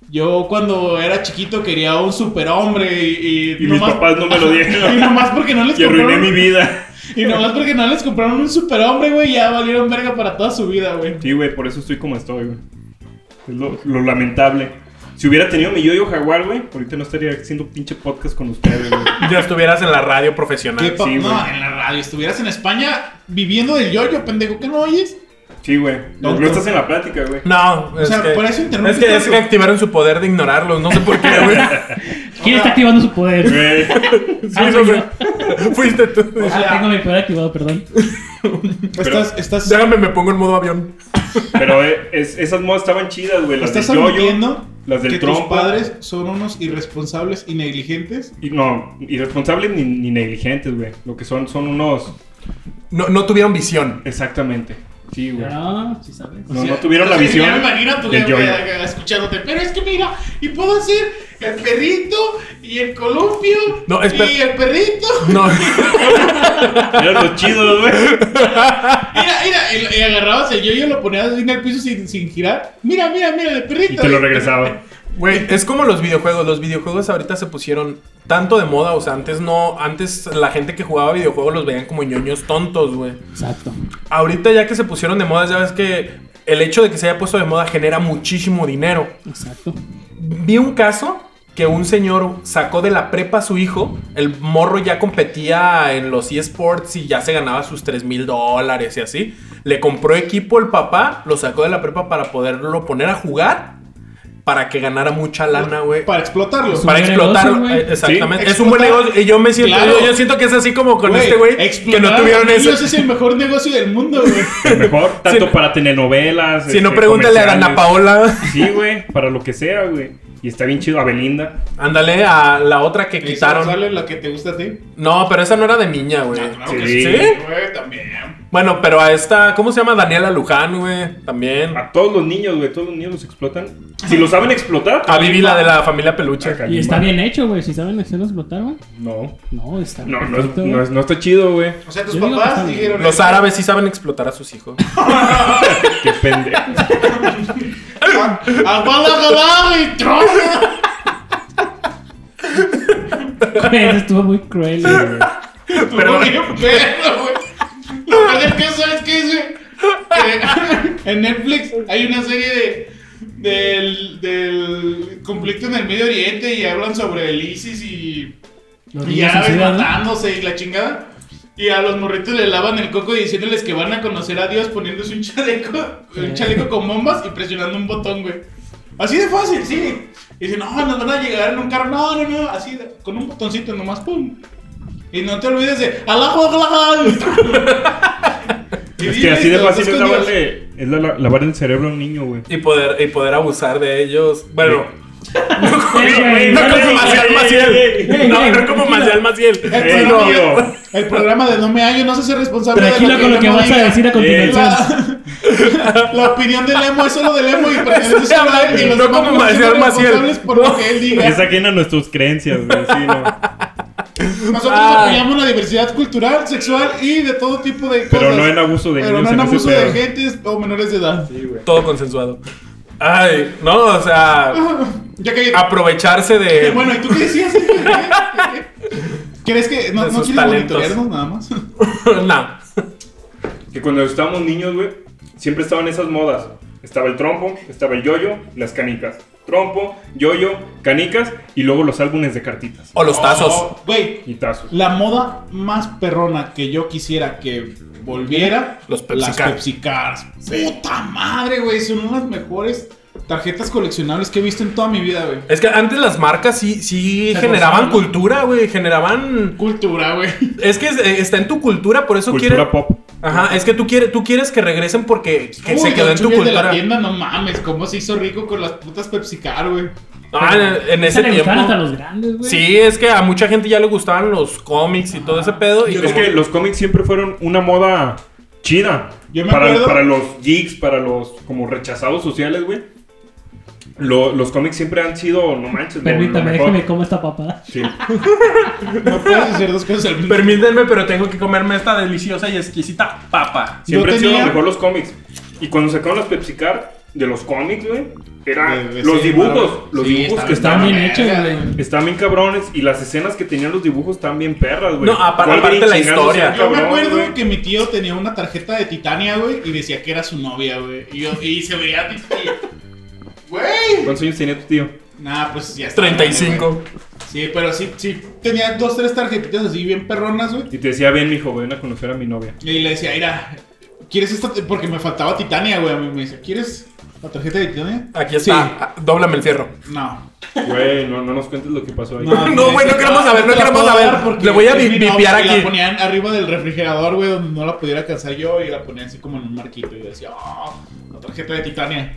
Speaker 4: yo cuando era chiquito quería un superhombre y...
Speaker 3: Y mis papás no me lo dieron.
Speaker 4: Y nomás porque no les
Speaker 3: Y arruiné
Speaker 4: compraron...
Speaker 3: mi vida.
Speaker 4: Y nomás porque no les compraron un superhombre, güey, ya valieron verga para toda su vida, güey.
Speaker 3: Sí, güey, por eso estoy como estoy, güey. Es lo, lo lamentable. Si hubiera tenido mi yoyo jaguar, güey, ahorita no estaría haciendo pinche podcast con ustedes, güey.
Speaker 1: Ya estuvieras en la radio
Speaker 4: ¿Qué
Speaker 1: profesional.
Speaker 4: pa-
Speaker 3: sí,
Speaker 4: no,
Speaker 3: güey.
Speaker 4: en la radio. Estuvieras en España viviendo del yoyo, pendejo, ¿qué no oyes?
Speaker 3: Sí, güey. No, no estás en la plática, güey.
Speaker 1: No, es
Speaker 4: sea,
Speaker 1: que,
Speaker 4: por eso
Speaker 1: es
Speaker 4: interrumpiste
Speaker 1: que, es
Speaker 4: tu-
Speaker 1: que activaron su poder de ignorarlos, no sé por qué, güey.
Speaker 2: ¿Quién está activando su poder?
Speaker 3: Güey.
Speaker 1: Sí,
Speaker 2: Ah,
Speaker 1: no
Speaker 2: soy
Speaker 1: sé. Fuiste tú.
Speaker 4: O sea,
Speaker 2: Ah, tengo mi poder activado, perdón.
Speaker 4: estás, estás,
Speaker 1: Déjame, me pongo en modo avión.
Speaker 3: Pero eh, es- esas modas estaban chidas, güey. Las del
Speaker 4: estás
Speaker 3: yoyo.
Speaker 4: admitiendo
Speaker 3: las del
Speaker 4: que tus
Speaker 3: trompo.
Speaker 4: padres son unos irresponsables y negligentes.
Speaker 3: Y, no, irresponsables ni, ni negligentes, güey. Lo que son, son unos.
Speaker 1: No, no tuvieron visión.
Speaker 3: Exactamente. Sí, güey.
Speaker 2: No, sí sabes.
Speaker 3: No, no tuvieron la visión.
Speaker 4: Ya me imagino a tu
Speaker 3: del
Speaker 4: jefe,
Speaker 3: yoyo.
Speaker 4: eh, escuchándote. Pero es que mira, y puedo hacer el perrito y el columpio
Speaker 1: No, espera.
Speaker 4: y el perrito.
Speaker 1: No,
Speaker 3: Eran los chidos, güey.
Speaker 4: Mira, mira, y, y agarrabas el yoyo, lo ponías así en el piso sin, sin girar. Mira, mira, mira, el perrito.
Speaker 3: Y te lo regresaba.
Speaker 1: güey, es como los videojuegos. Los videojuegos ahorita se pusieron tanto de moda. O sea, antes no. Antes la gente que jugaba videojuegos los veían como ñoños tontos, güey.
Speaker 2: Exacto.
Speaker 1: Ahorita ya que se pusieron de moda, ya ves que el hecho de que se haya puesto de moda genera muchísimo dinero.
Speaker 2: Exacto.
Speaker 1: Vi un caso que un señor sacó de la prepa a su hijo. El morro ya competía en los eSports y ya se ganaba sus 3 mil dólares y así. Le compró equipo el papá, lo sacó de la prepa para poderlo poner a jugar. Para que ganara mucha lana, güey.
Speaker 4: Para explotarlo.
Speaker 2: Es un
Speaker 1: Para
Speaker 2: buen
Speaker 1: explotarlo.
Speaker 2: negocio, güey.
Speaker 1: eh, Exactamente.
Speaker 4: Sí.
Speaker 1: Es un buen
Speaker 4: Explotar.
Speaker 1: negocio. Y yo me siento.
Speaker 4: Claro.
Speaker 1: Yo, yo siento que es así como con este güey. Que
Speaker 4: explotar
Speaker 1: no
Speaker 4: a
Speaker 1: tuvieron
Speaker 4: los
Speaker 1: eso.
Speaker 4: niños es el mejor negocio del mundo, güey.
Speaker 3: El mejor. Tanto
Speaker 1: no-
Speaker 3: para telenovelas.
Speaker 1: Si no,
Speaker 3: este,
Speaker 1: pregúntale a Ana
Speaker 3: comerciales.
Speaker 1: Paola.
Speaker 3: Sí, güey. Para lo que sea, güey. Y está bien chido. A Belinda.
Speaker 1: Ándale a la otra que quitaron.
Speaker 4: Sale la que te gusta a ti.
Speaker 1: No, pero esa no era de niña, güey.
Speaker 4: Ah, claro que
Speaker 3: Sí.
Speaker 4: Güey, también.
Speaker 1: Bueno, pero a esta, ¿cómo se llama? Daniela Luján, güey. También.
Speaker 4: Ah,
Speaker 3: A todos los niños, güey. Todos los niños los explotan. Si lo saben explotar.
Speaker 1: A Vivi, la de la familia Peluche.
Speaker 3: Acá.
Speaker 2: Y está bien hecho, güey. Si saben hacerlo explotar, güey.
Speaker 3: No.
Speaker 2: No, está
Speaker 3: No, no, es-
Speaker 2: perfecto,
Speaker 3: no,
Speaker 2: güey.
Speaker 3: es- no está chido, güey.
Speaker 4: O sea, tus
Speaker 2: Yo digo que
Speaker 4: papás
Speaker 2: está bien.
Speaker 4: dijeron.
Speaker 1: Los árabes sí saben explotar a sus hijos.
Speaker 3: Qué pendejo.
Speaker 4: ¡Aguada, aguada y trona!
Speaker 2: Güey, eso estuvo muy cruel, güey.
Speaker 4: Pero, güey, perro, güey. Lo peor es que, ¿sabes qué es, güey? Eh, en Netflix hay una serie de. Del, del conflicto en el Medio Oriente y hablan sobre el ISIS y,
Speaker 2: Los
Speaker 4: y
Speaker 2: niños
Speaker 4: árabes
Speaker 2: suicidas, ¿no?
Speaker 4: matándose y la chingada. Y a los morritos le lavan el coco y diciéndoles que van a conocer a Dios poniéndose un chaleco, un chaleco con bombas y presionando un botón, güey. Así de fácil, sí. Y dicen, no, nos van a llegar en un carro. No, no, no, así, de- con un botoncito nomás, pum. Y no te olvides de alajo,
Speaker 3: Es que así de fácil es lavarle, es la- la- lavar el cerebro a un niño, güey.
Speaker 1: Y poder, y poder abusar de ellos. Bueno.
Speaker 2: güey,
Speaker 1: no
Speaker 2: güey,
Speaker 1: como
Speaker 2: güey,
Speaker 1: Maciel
Speaker 3: güey,
Speaker 1: Maciel.
Speaker 2: güey,
Speaker 1: No,
Speaker 2: güey,
Speaker 1: no como Maciel
Speaker 2: tranquilo.
Speaker 1: Maciel.
Speaker 4: El
Speaker 3: Ey,
Speaker 1: no.
Speaker 4: programa,
Speaker 3: no.
Speaker 4: el programa de No Me Hallo no se hace responsable
Speaker 2: Tranquilo con lo que
Speaker 4: Lemo
Speaker 2: vas a
Speaker 4: diga.
Speaker 2: decir a continuación.
Speaker 4: La, la opinión de Lemo es solo de Lemo y pertenece solo a él. Y los
Speaker 1: No
Speaker 4: demás
Speaker 1: como
Speaker 4: son
Speaker 1: Maciel Maciel.
Speaker 4: responsables por lo que él diga.
Speaker 3: Es ajena a nuestras creencias, güey. Sí, no.
Speaker 4: Nosotros
Speaker 1: Ah.
Speaker 4: apoyamos la diversidad cultural, sexual y de todo tipo de cosas.
Speaker 3: Pero no en abuso de
Speaker 4: Pero
Speaker 3: niños
Speaker 4: no
Speaker 3: en
Speaker 4: en
Speaker 3: ese
Speaker 4: abuso de
Speaker 3: pedo.
Speaker 4: gentes o menores de edad.
Speaker 1: Todo consensuado. Ay, no, o sea.
Speaker 4: Ya que...
Speaker 3: Ah,
Speaker 1: Aprovecharse
Speaker 3: pues.
Speaker 1: de.
Speaker 4: Bueno, ¿y tú qué decías? ¿Crees que no,
Speaker 1: De
Speaker 4: no
Speaker 1: sus
Speaker 4: quieres
Speaker 1: talentos.
Speaker 4: monitorearnos nada más?
Speaker 1: No.
Speaker 3: Que cuando estábamos niños, güey, siempre estaban esas modas. Estaba el trompo, estaba el yoyo, las canicas. Trompo, yoyo, canicas y luego los álbumes de cartitas.
Speaker 1: O los tazos.
Speaker 4: Oh, Güey,
Speaker 3: Y tazos.
Speaker 4: la moda más perrona que yo quisiera que volviera.
Speaker 1: Los Pepsi
Speaker 4: Las
Speaker 1: Card.
Speaker 4: Pepsi Cards. Puta madre, güey. Son las mejores tarjetas coleccionables que he visto en toda mi vida, güey.
Speaker 1: Es que antes las marcas sí, sí
Speaker 4: Se
Speaker 1: generaban
Speaker 4: gozaban, ¿no?
Speaker 1: cultura, güey. Generaban.
Speaker 4: Cultura, güey.
Speaker 1: Es que es- eh, está en tu cultura, por eso
Speaker 3: Cultura
Speaker 1: quieres.
Speaker 3: pop.
Speaker 1: Ajá, es que tú quieres, tú quieres que regresen porque que
Speaker 4: Uy,
Speaker 1: se quedó
Speaker 4: los
Speaker 1: en tu
Speaker 4: chupes de la
Speaker 1: cultura.
Speaker 4: tienda, no mames, cómo se hizo rico con las putas Pepsi Car, güey.
Speaker 1: Ah, en- en
Speaker 2: Esa
Speaker 1: ese
Speaker 2: le gustaban
Speaker 1: tiempo.
Speaker 2: hasta los grandes, güey.
Speaker 1: Sí, es que a mucha gente ya le gustaban los cómics y todo ese pedo. Y
Speaker 3: Es
Speaker 1: como-
Speaker 3: que los cómics siempre fueron una moda chida.
Speaker 4: Yo me
Speaker 3: para,
Speaker 4: acuerdo-
Speaker 3: para los geeks, para los como rechazados sociales, güey. Lo- los cómics siempre han sido, no manches, lo- lo
Speaker 2: Permítame,
Speaker 3: mejor.
Speaker 2: déjame cómo está papada.
Speaker 3: Sí.
Speaker 4: No puedes hacer dos cosas al mismo tiempo.
Speaker 1: Permítanme, pero tengo que comerme esta deliciosa y exquisita papa.
Speaker 3: Siempre
Speaker 4: Yo
Speaker 3: han sido lo
Speaker 4: tenía-
Speaker 3: mejor los cómics. Y cuando sacaron las Pepsi Card de los cómics, güey, era
Speaker 4: De- de-
Speaker 3: Ah, los
Speaker 4: sí,
Speaker 3: dibujos.
Speaker 4: claro.
Speaker 3: Los
Speaker 4: Sí,
Speaker 3: dibujos
Speaker 4: está-
Speaker 3: que
Speaker 2: Están
Speaker 3: estaban
Speaker 2: bien
Speaker 3: bien,
Speaker 4: verga,
Speaker 2: hechos, güey.
Speaker 4: güey.
Speaker 3: estaban bien cabrones. Y las escenas que tenían los dibujos estaban bien perras, güey.
Speaker 1: No, apar-
Speaker 3: Wolverine
Speaker 1: aparte la
Speaker 3: chingándose
Speaker 1: historia.
Speaker 3: a un
Speaker 4: Yo me
Speaker 3: cabrón,
Speaker 4: acuerdo
Speaker 3: güey.
Speaker 4: que mi tío tenía una tarjeta de Titania, güey, y decía que era su novia, güey. Y, yo- y se veía a Güey.
Speaker 3: ¿Cuántos años tenía tu tío?
Speaker 4: Nah, pues ya está.
Speaker 1: 35.
Speaker 4: Sí, pero sí, sí. Tenía dos, tres tarjetitas así bien perronas, güey.
Speaker 3: Y te decía, ven, mijo, ven a conocer a mi novia.
Speaker 4: Y le decía, mira, ¿quieres esta? Porque me faltaba Titania, güey. A mí Me decía, ¿quieres la tarjeta de Titania?
Speaker 1: Aquí está.
Speaker 4: Sí.
Speaker 1: Ah, Dóblame el fierro.
Speaker 4: No.
Speaker 3: Güey, no, no nos cuentes lo que pasó ahí.
Speaker 1: No, güey,
Speaker 4: me decía,
Speaker 1: no queremos saber, no
Speaker 4: te la
Speaker 1: queremos
Speaker 4: puedo
Speaker 1: saber.
Speaker 4: dar porque
Speaker 1: Le voy a
Speaker 4: es mi
Speaker 1: vi-
Speaker 4: novia,
Speaker 1: vipiar
Speaker 4: y
Speaker 1: aquí.
Speaker 4: La ponían arriba del refrigerador, güey, donde no la pudiera alcanzar yo. Y la ponían así como en un marquito. Y decía, oh, la tarjeta de Titania.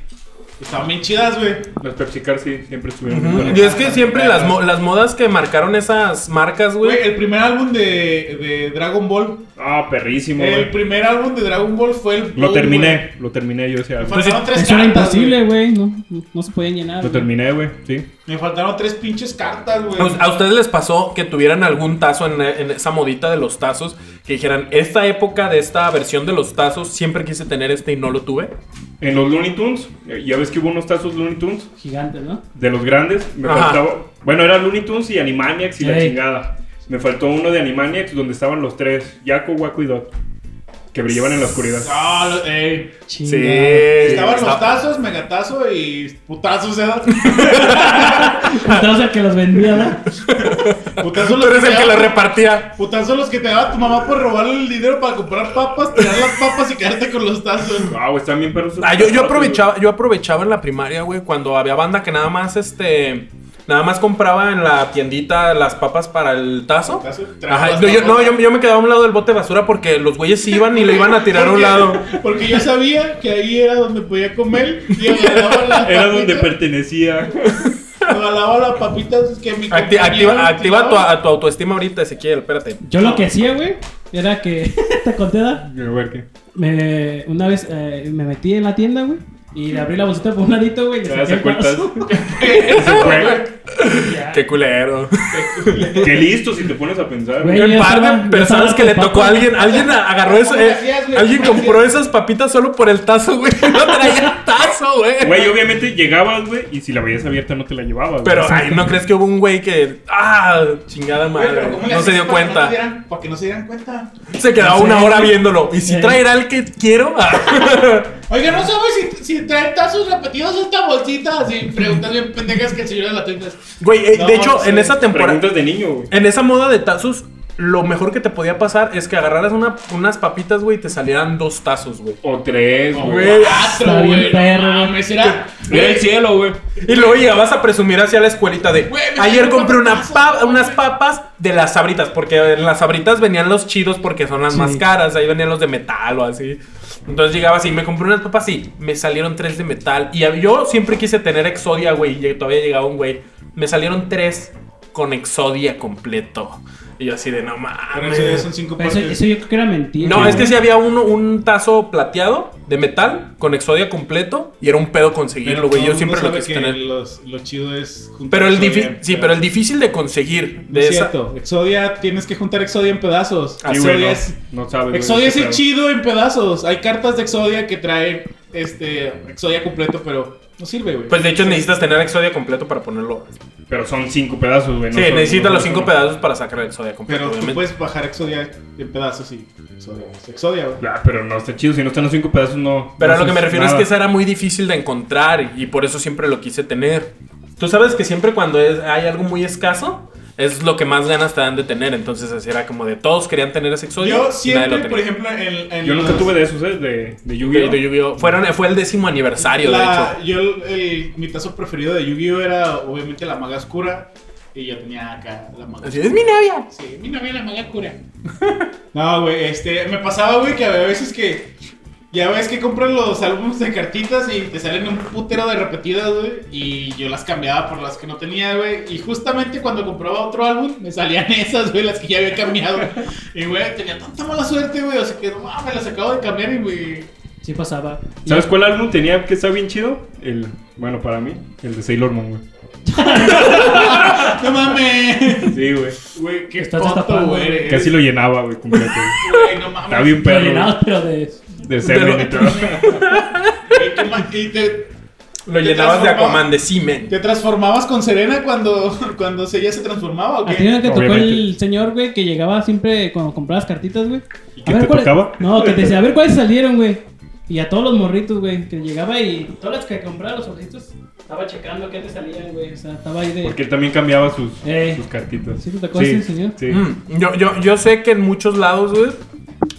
Speaker 4: Estaban bien chidas, güey.
Speaker 3: Las PepsiCar sí, siempre estuvieron muy
Speaker 1: Ujú.
Speaker 3: buenas.
Speaker 1: Y es que siempre las, mo- las modas que marcaron esas marcas,
Speaker 4: Güey,
Speaker 1: güey.
Speaker 4: el primer álbum de, de Dragon Ball.
Speaker 3: Ah, perrísimo,
Speaker 4: El
Speaker 3: güey.
Speaker 4: primer álbum de Dragon Ball fue el.
Speaker 3: Lo
Speaker 4: Bowl, güey. Pues
Speaker 3: terminé, lo terminé yo ese álbum.
Speaker 4: Me faltaron tres
Speaker 2: Eso era
Speaker 4: cartas, güey.
Speaker 2: imposible, güey. No, no se podían llenar.
Speaker 3: Lo
Speaker 2: güey.
Speaker 3: terminé, güey, sí.
Speaker 4: Me faltaron tres pinches cartas, güey.
Speaker 1: ¿A a ustedes les pasó que tuvieran algún tazo en, en esa modita de los tazos? Que dijeran, esta época de esta versión de los tazos, siempre quise tener este y no lo tuve.
Speaker 3: En los Looney Tunes, eh, ya ves que hubo unos tazos Looney Tunes
Speaker 2: Gigantes, ¿no?
Speaker 3: de los grandes. Me
Speaker 1: Ajá.
Speaker 3: faltaba. Bueno, eran Looney Tunes y Animaniacs y la
Speaker 2: Ey.
Speaker 3: chingada. Me faltó uno de Animaniacs donde estaban los tres: Yaco, Waco y Dot. Que brillaban en la oscuridad.
Speaker 4: Ah, lo- ey.
Speaker 2: Chingado.
Speaker 4: Estaban
Speaker 1: Está-
Speaker 4: los tazos, megatazo y putazos, ¿eh?
Speaker 2: Estabas el que los vendía, ¿no?
Speaker 4: Putazos
Speaker 1: Tú eres el
Speaker 4: te
Speaker 1: que la
Speaker 4: daba-
Speaker 1: repartía.
Speaker 4: Putazos los que te daba tu mamá por robar el dinero para comprar papas, tirar las papas y quedarte con los tazos.
Speaker 3: Ah, güey, están bien perros.
Speaker 1: Ah, yo, yo aprovechaba, yo aprovechaba en la primaria, güey, cuando había banda que nada más, este, nada más compraba en la tiendita las papas para el tazo.
Speaker 4: Putazo, trajo
Speaker 1: Ajá,
Speaker 4: las
Speaker 1: no, yo,
Speaker 4: papas.
Speaker 1: no, yo, yo me quedaba a un lado del bote de basura porque los güeyes se iban y le iban a tirar a un
Speaker 4: Porque-
Speaker 1: lado.
Speaker 4: Porque yo sabía que ahí era donde podía comer y agarraba las
Speaker 3: Era donde
Speaker 4: papitas,
Speaker 3: pertenecía.
Speaker 4: agarraba las papitas que mi
Speaker 1: Acti-
Speaker 4: compañero
Speaker 1: activa
Speaker 4: les
Speaker 1: activa tu,
Speaker 4: tiraba.
Speaker 1: a tu autoestima ahorita, Ezequiel, espérate.
Speaker 2: Yo lo que hacía, güey, era que. Te conté, ¿da?
Speaker 3: A ver qué.
Speaker 2: Me, una vez eh, me metí en la tienda, güey. Y le abrí la bolsita por un ladito, güey. y le
Speaker 3: ¿Te das
Speaker 2: saqué el
Speaker 3: cuenta?
Speaker 2: vaso.
Speaker 3: Ese fue.
Speaker 2: Ya.
Speaker 1: Qué culero.
Speaker 3: Qué listo si te pones a pensar.
Speaker 2: Güey,
Speaker 1: Un
Speaker 2: ya
Speaker 1: par
Speaker 2: estaba-
Speaker 1: de
Speaker 2: ya
Speaker 1: personas
Speaker 2: estaba
Speaker 1: que le
Speaker 2: con
Speaker 1: tocó a
Speaker 2: papas.
Speaker 1: alguien. Alguien a- agarró eso.
Speaker 4: ¿Cómo
Speaker 1: eh,
Speaker 4: le hacías, güey?
Speaker 1: alguien
Speaker 4: ¿Cómo le
Speaker 1: compró esas papitas solo por el tazo, güey. No traía tazo, güey.
Speaker 3: Güey, obviamente llegabas, güey, y si la veías abierta no te la llevabas. güey.
Speaker 1: Pero, ay, ¿no crees que hubo un güey que. ¡Ah! Chingada
Speaker 4: Güey, pero
Speaker 1: madre.
Speaker 4: ¿cómo le
Speaker 1: No se
Speaker 4: hacías
Speaker 1: dio
Speaker 4: para que no
Speaker 1: cuenta.
Speaker 4: se dieran- Para que no se dieran cuenta.
Speaker 1: Se quedaba
Speaker 2: No sé,
Speaker 1: una hora
Speaker 2: güey.
Speaker 1: viéndolo. ¿Y si
Speaker 2: Eh.
Speaker 1: traerá el que quiero? Ah.
Speaker 4: Oiga, no sabes si, si traen tazos repetidos esta bolsita. Así preguntas bien pendejas que el señor de la tienda.
Speaker 1: Güey, eh,
Speaker 4: No,
Speaker 1: de hecho,
Speaker 4: no sé.
Speaker 1: en esa temporada.
Speaker 3: Preguntas de niño, güey.
Speaker 1: En esa moda de tazos, lo mejor que te podía pasar es que agarraras una- unas papitas, güey, y te salieran dos tazos, güey.
Speaker 3: O tres, güey.
Speaker 1: Güey.
Speaker 2: Está
Speaker 4: Cuatro,
Speaker 2: bien
Speaker 4: güey.
Speaker 2: perro,
Speaker 4: No
Speaker 2: güey.
Speaker 4: mames, era.
Speaker 3: Era el cielo, güey.
Speaker 1: Y luego llegabas a presumir hacia la escuelita de
Speaker 4: Güey, me
Speaker 1: ayer
Speaker 4: salieron
Speaker 1: compré una
Speaker 4: papas,
Speaker 1: pa-
Speaker 4: güey".
Speaker 1: unas papas de las sabritas, porque en las sabritas venían los chidos porque son las
Speaker 2: Sí.
Speaker 1: más caras, ahí venían los de metal o así. Entonces llegabas y me compré unas papas y me salieron tres de metal. Y a- yo siempre quise tener Exodia, güey, y todavía llegaba un güey. Me salieron tres con Exodia completo. Y yo así de no
Speaker 4: Pero eso ya
Speaker 1: mames.
Speaker 4: son cinco
Speaker 2: Pero Eso,
Speaker 4: partes.
Speaker 2: eso yo creo que era mentira.
Speaker 1: No,
Speaker 2: güey.
Speaker 1: es que sí había uno, un tazo plateado de metal con Exodia completo y era un pedo conseguirlo, güey.
Speaker 4: todo
Speaker 1: Yo
Speaker 4: el
Speaker 1: siempre
Speaker 4: mundo
Speaker 1: lo
Speaker 4: sabe
Speaker 1: quise tener.
Speaker 4: Los, lo chido es juntar
Speaker 1: Pero el,
Speaker 4: Exodia,
Speaker 1: difi- sí, pero el difícil de conseguir.
Speaker 4: No
Speaker 1: De
Speaker 4: es
Speaker 1: esa-
Speaker 4: cierto. Exodia, tienes que juntar Exodia en pedazos.
Speaker 1: Ah,
Speaker 3: Sí,
Speaker 4: Exodia
Speaker 3: güey, no,
Speaker 4: es.
Speaker 3: no sabes. güey,
Speaker 4: Exodia es
Speaker 3: ese
Speaker 4: el
Speaker 3: pedo.
Speaker 4: chido en pedazos. Hay cartas de Exodia que traen este Exodia completo, pero no sirve, güey.
Speaker 1: Pues de hecho necesitas tener Exodia completo para ponerlo.
Speaker 3: Pero son cinco pedazos, güey. no
Speaker 1: sí,
Speaker 3: son-
Speaker 1: necesitas
Speaker 3: no
Speaker 1: los
Speaker 3: son-
Speaker 1: cinco pedazos para sacar el Exodia completo.
Speaker 4: pero tú
Speaker 1: obviamente.
Speaker 4: puedes bajar Exodia en pedazos y Exodia. es Exodia, güey.
Speaker 3: Ah, pero no está chido. Si no están los cinco pedazos, no.
Speaker 1: Pero
Speaker 3: no
Speaker 1: a lo que me
Speaker 3: haces
Speaker 1: refiero es
Speaker 3: nada.
Speaker 1: que esa era muy difícil de encontrar y por eso siempre lo quise tener. Tú sabes que siempre cuando es- hay algo muy escaso, es lo que más ganas te dan de tener. Entonces así era como de todos querían tener ese Exodia.
Speaker 4: Yo
Speaker 1: y nadie lo
Speaker 4: siempre,
Speaker 1: tenía.
Speaker 4: por ejemplo, en. en
Speaker 3: Yo nunca
Speaker 4: los-
Speaker 3: tuve de esos, ¿eh? De, de yu
Speaker 1: De- de Yu-Gi-Oh! Fueron, fue el décimo aniversario, de
Speaker 4: La-
Speaker 1: hecho.
Speaker 4: Yo, el, el- mi tazo preferido de Yu-Gi-Oh! era obviamente la maga oscura. Y yo tenía acá la maga
Speaker 1: Así es mi novia.
Speaker 4: Sí, mi novia la maga cura. no, güey, este, me pasaba, güey, que a veces que. Ya ves que compras los álbumes de cartitas y te salen un putero de repetidas, güey. Y yo las cambiaba por las que no tenía, güey. Y justamente cuando compraba otro álbum, me salían esas, güey, las que ya había cambiado. Y, güey, tenía tanta mala suerte, güey. O sea que, no mames, las acabo de cambiar y, güey.
Speaker 2: Sí pasaba. Y-
Speaker 3: ¿Sabes cuál álbum tenía que está bien chido? El, bueno, para mí, el de Sailor Moon, güey.
Speaker 4: ¡No mames!
Speaker 3: Sí, güey.
Speaker 4: Güey, qué
Speaker 2: Estás
Speaker 4: tonto,
Speaker 2: destapando.
Speaker 4: güey.
Speaker 3: Casi lo llenaba, güey, completo. güey.
Speaker 4: Güey, no mames.
Speaker 3: Está bien
Speaker 2: Pero
Speaker 3: perro.
Speaker 2: llenados, pero de.
Speaker 3: güey. De Seven
Speaker 1: lo-
Speaker 3: y todo.
Speaker 4: Güey, qué ma- y te,
Speaker 1: Lo
Speaker 4: Te
Speaker 1: llenabas de
Speaker 4: transformaba.
Speaker 1: Aquaman, de Seaman.
Speaker 4: ¿Te transformabas con Serena cuando, cuando ella se transformaba o
Speaker 2: A ti
Speaker 4: qué?
Speaker 2: no te tocó
Speaker 3: Obviamente.
Speaker 2: el señor, güey, que llegaba siempre cuando comprabas cartitas, güey.
Speaker 3: ¿Y
Speaker 2: A
Speaker 3: qué
Speaker 2: ver
Speaker 3: te
Speaker 2: cuáles-
Speaker 3: tocaba?
Speaker 2: No, que te decía, a ver cuáles salieron, güey. Y a todos los morritos, güey, que llegaba y todas las que compraba los morritos, estaba checando qué te salían, güey. O sea, estaba ahí de.
Speaker 1: Eh.
Speaker 3: Porque él también cambiaba sus,
Speaker 2: Eh.
Speaker 3: sus cartitas.
Speaker 2: ¿Sí te tocó ese señor?
Speaker 3: Sí.
Speaker 1: Mm, yo, yo, yo sé que en muchos lados, güey,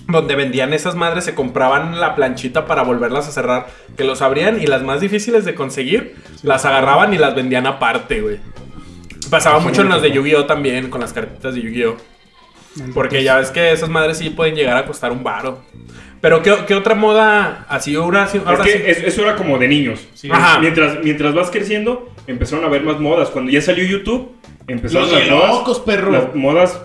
Speaker 1: donde vendían esas madres, se compraban la planchita para volverlas a cerrar. Que los abrían y las más difíciles de conseguir, las agarraban y las vendían aparte, güey. Pasaba mucho en las de Yu-Gi-Oh también, con las cartitas de Yu-Gi-Oh. Porque ya ves que esas madres sí pueden llegar a costar un varo. Pero ¿qué, qué otra moda así ahora, sí-
Speaker 3: Es
Speaker 1: ahora
Speaker 3: que
Speaker 1: sí?
Speaker 3: es- eso era como de niños.
Speaker 4: Sí.
Speaker 1: Ajá.
Speaker 3: Mientras, mientras vas creciendo, empezaron a haber más modas. Cuando ya salió YouTube, empezaron
Speaker 4: Los
Speaker 3: las modas.
Speaker 4: Yelocos, perro.
Speaker 3: Las modas.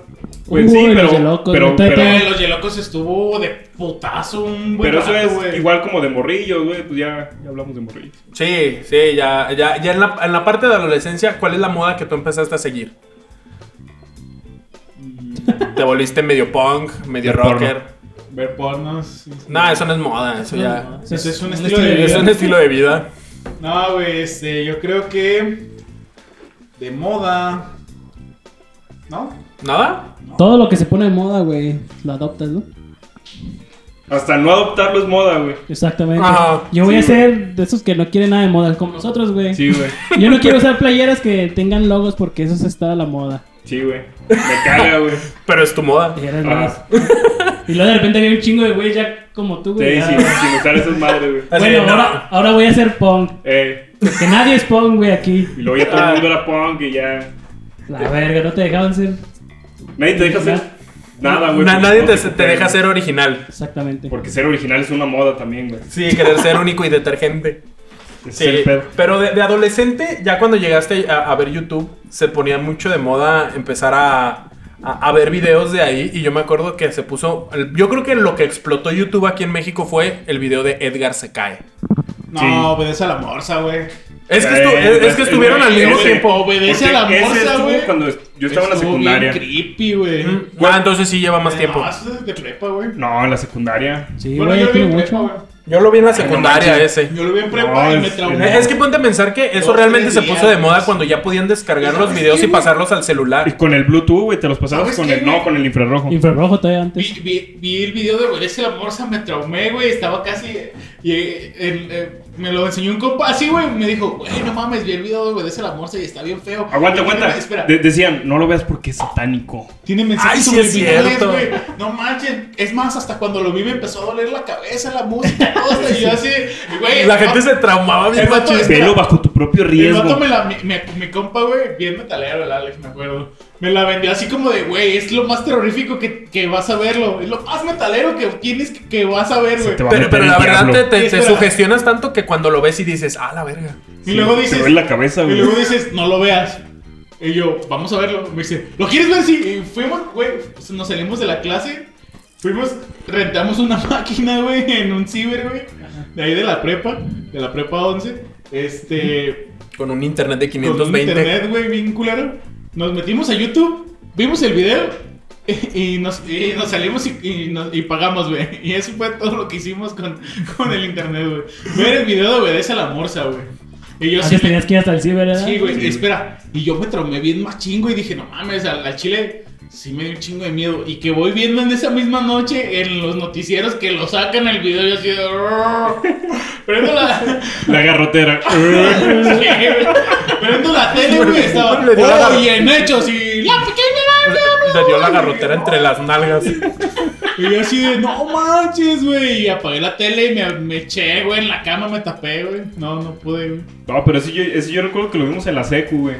Speaker 3: Pues
Speaker 2: Uy,
Speaker 3: sí,
Speaker 2: los
Speaker 3: pero.
Speaker 2: Yelocos,
Speaker 3: pero,
Speaker 2: neta,
Speaker 3: pero-
Speaker 2: neta.
Speaker 4: Eh, Los Yelocos estuvo de putazo un buen
Speaker 3: pero eso
Speaker 4: rato,
Speaker 3: es
Speaker 4: güey.
Speaker 3: igual como de morrillos, güey. Pues ya, ya hablamos de morrillos.
Speaker 1: Sí, sí, ya, ya, ya en, la, en la parte de adolescencia, ¿cuál es la moda que tú empezaste a seguir? Te volviste medio punk, medio
Speaker 3: El Mm. porno.
Speaker 1: rocker.
Speaker 4: Ver pornos. sí, sí.
Speaker 1: No, eso no es moda, eso ya.
Speaker 2: O sea,
Speaker 4: Eso es un estilo de
Speaker 1: Es
Speaker 4: vida.
Speaker 1: un estilo de vida.
Speaker 4: No, güey, este, yo creo que. De moda. ¿No?
Speaker 1: ¿Nada?
Speaker 2: Todo lo que se pone de moda, güey, lo adoptas, ¿no?
Speaker 3: Hasta no adoptarlo es moda, güey.
Speaker 2: Exactamente.
Speaker 1: Ajá,
Speaker 2: Yo voy
Speaker 3: sí,
Speaker 2: a ser de esos que no quieren nada de moda, como nosotros, güey.
Speaker 3: Sí, güey.
Speaker 2: Yo no quiero usar playeras que tengan logos porque eso se está a la moda.
Speaker 3: Sí, güey. Me caga, güey.
Speaker 1: Pero es tu moda.
Speaker 2: Y eres
Speaker 3: Ajá.
Speaker 2: más. Y luego de repente había un chingo de güey ya como tú, güey.
Speaker 3: Sí,
Speaker 2: ya.
Speaker 3: sin, sin usar esas madres, güey.
Speaker 1: Así
Speaker 2: Bueno,
Speaker 1: de, no.
Speaker 2: ahora, ahora voy a ser punk.
Speaker 3: Eh,
Speaker 2: Que nadie es punk, güey, aquí.
Speaker 3: y luego ya todo
Speaker 1: Ah.
Speaker 3: el mundo era punk y ya.
Speaker 2: La verga, no te dejaban ser.
Speaker 3: Nadie te deja hacer nada, güey. pues,
Speaker 1: Na-
Speaker 3: porque
Speaker 1: nadie
Speaker 3: no
Speaker 1: te, te deja
Speaker 3: copian.
Speaker 1: ser original.
Speaker 2: Exactamente.
Speaker 3: Porque ser original es una moda también, güey.
Speaker 1: Sí, querer ser único y detergente.
Speaker 3: Es
Speaker 1: Sí,
Speaker 3: el pedo.
Speaker 1: pero de, de adolescente, ya cuando llegaste a, a ver YouTube, se ponía mucho de moda empezar a, a- a ver videos de ahí. Y yo me acuerdo que se puso. el- yo creo que lo que explotó YouTube aquí en México fue el video de Edgar se cae.
Speaker 4: No,
Speaker 3: Sí.
Speaker 4: obedece a la morsa, güey.
Speaker 1: Es que,
Speaker 3: Eh,
Speaker 1: estu- es- es
Speaker 3: ese-
Speaker 1: que estuvieron al mismo
Speaker 3: ese-
Speaker 1: tiempo.
Speaker 4: Obedece
Speaker 3: porque
Speaker 4: a la
Speaker 3: ese
Speaker 4: morsa,
Speaker 3: estuvo
Speaker 4: güey.
Speaker 3: Cuando est- yo estaba en la
Speaker 4: Estuvo
Speaker 3: secundaria.
Speaker 4: Bien creepy, güey.
Speaker 1: Mm, Ah, entonces sí lleva más tiempo.
Speaker 4: eh, No, eso es de prepa, güey.
Speaker 3: No, en la secundaria.
Speaker 2: Sí,
Speaker 4: bueno,
Speaker 2: güey,
Speaker 4: yo lo vi
Speaker 2: tiene
Speaker 4: en prepa,
Speaker 2: mucho.
Speaker 4: güey.
Speaker 1: Yo lo vi en la
Speaker 3: no
Speaker 1: secundaria eh.
Speaker 3: manches.
Speaker 1: ese.
Speaker 4: Yo lo vi en prepa
Speaker 3: No,
Speaker 4: y me
Speaker 3: es-
Speaker 4: traumé.
Speaker 1: Eh, Es que ponte a pensar que eso
Speaker 4: Dos,
Speaker 1: realmente
Speaker 4: tres
Speaker 1: se
Speaker 4: días,
Speaker 1: puso de moda
Speaker 4: pues.
Speaker 1: cuando ya podían descargar los
Speaker 4: ¿Sabes
Speaker 1: videos
Speaker 4: qué,
Speaker 1: y
Speaker 4: güey?
Speaker 1: pasarlos al
Speaker 3: Y
Speaker 1: celular.
Speaker 3: con el Bluetooth, güey, te los pasabas
Speaker 4: ¿Sabes
Speaker 3: con
Speaker 4: qué,
Speaker 3: el.
Speaker 4: güey?
Speaker 3: No, con el infrarrojo.
Speaker 2: Infrarrojo todavía antes.
Speaker 4: Vi, vi- vi el video de Obedece a la Morsa, me traumé, güey. Estaba casi. Y, eh, el- eh, me lo enseñó un compa así, güey. Me dijo, güey, no mames, vi el video de Obedece a la Morsa y está bien feo.
Speaker 3: Aguanta,
Speaker 4: Y tiene-
Speaker 3: aguanta.
Speaker 4: Espera,
Speaker 3: De- decían, no lo veas porque es satánico.
Speaker 4: tiene
Speaker 1: Ay,
Speaker 4: mensajes
Speaker 1: sí es
Speaker 4: subliminales,
Speaker 1: cierto.
Speaker 4: güey. No manchen. Es más, hasta cuando lo vi me empezó a doler la cabeza, la música, todo. hasta y yo así, güey.
Speaker 1: La
Speaker 4: el
Speaker 1: gente
Speaker 4: vato-
Speaker 1: se traumaba bien.
Speaker 4: El vato-
Speaker 1: machín.
Speaker 4: Espera.
Speaker 3: Velo bajo tu propio
Speaker 4: El
Speaker 3: riesgo.
Speaker 4: vato me la, mi, mi- mi compa, güey, bien metalero el Alex, me acuerdo. Me la vendió así como de, güey, es lo más terrorífico que, que vas a verlo. Es lo más metalero que tienes que, que vas a ver,
Speaker 3: Se
Speaker 4: güey.
Speaker 3: te va a
Speaker 1: Pero,
Speaker 3: meter
Speaker 1: pero
Speaker 3: el
Speaker 1: la verdad
Speaker 3: diablo.
Speaker 1: te, te- te
Speaker 4: Espera.
Speaker 1: sugestionas tanto que cuando lo ves y dices, ah, la verga.
Speaker 4: Y luego
Speaker 3: Sí, Te
Speaker 4: dices,
Speaker 3: duele la cabeza,
Speaker 4: y
Speaker 3: güey.
Speaker 4: luego dices, no lo veas. Y yo, vamos a verlo. Me dice, ¿lo quieres ver? Sí. Y fuimos, güey, pues, nos salimos de la clase. Fuimos, rentamos una máquina, güey, en un ciber, güey. De ahí de la prepa, de la prepa 11. Este,
Speaker 1: Con un internet de
Speaker 4: con un
Speaker 1: 520.
Speaker 4: internet, güey, bien culero. Nos metimos a YouTube, vimos el video y nos, y nos salimos y, y nos- y pagamos, güey. Y eso fue todo lo que hicimos con, con el internet, güey. Ver el video de obedece a la morsa, güey. Y yo sí,
Speaker 2: Antes tenías que ir hasta el ciber, ¿verdad?
Speaker 4: sí, güey,
Speaker 3: Sí.
Speaker 4: espera. Y yo me tromé bien más chingo y dije, no mames, al, al chile sí me dio un chingo de miedo. Y que voy viendo en esa misma noche en los noticieros que lo sacan el video y así de... "Oh". Prendo la,
Speaker 3: La garrotera.
Speaker 4: Sí, güey. Prendo la tele, güey, estaba.
Speaker 1: Le dio la garra-
Speaker 4: "Oh, y en hechos, y la pequeña
Speaker 1: Le dio la garrotera entre las nalgas.
Speaker 4: Y yo así de, no manches, güey. Y apagué la tele y me, me eché, güey, en la cama, me tapé, güey. No, no pude, güey.
Speaker 3: No, pero ese yo, ese yo recuerdo que lo vimos en la secu, güey.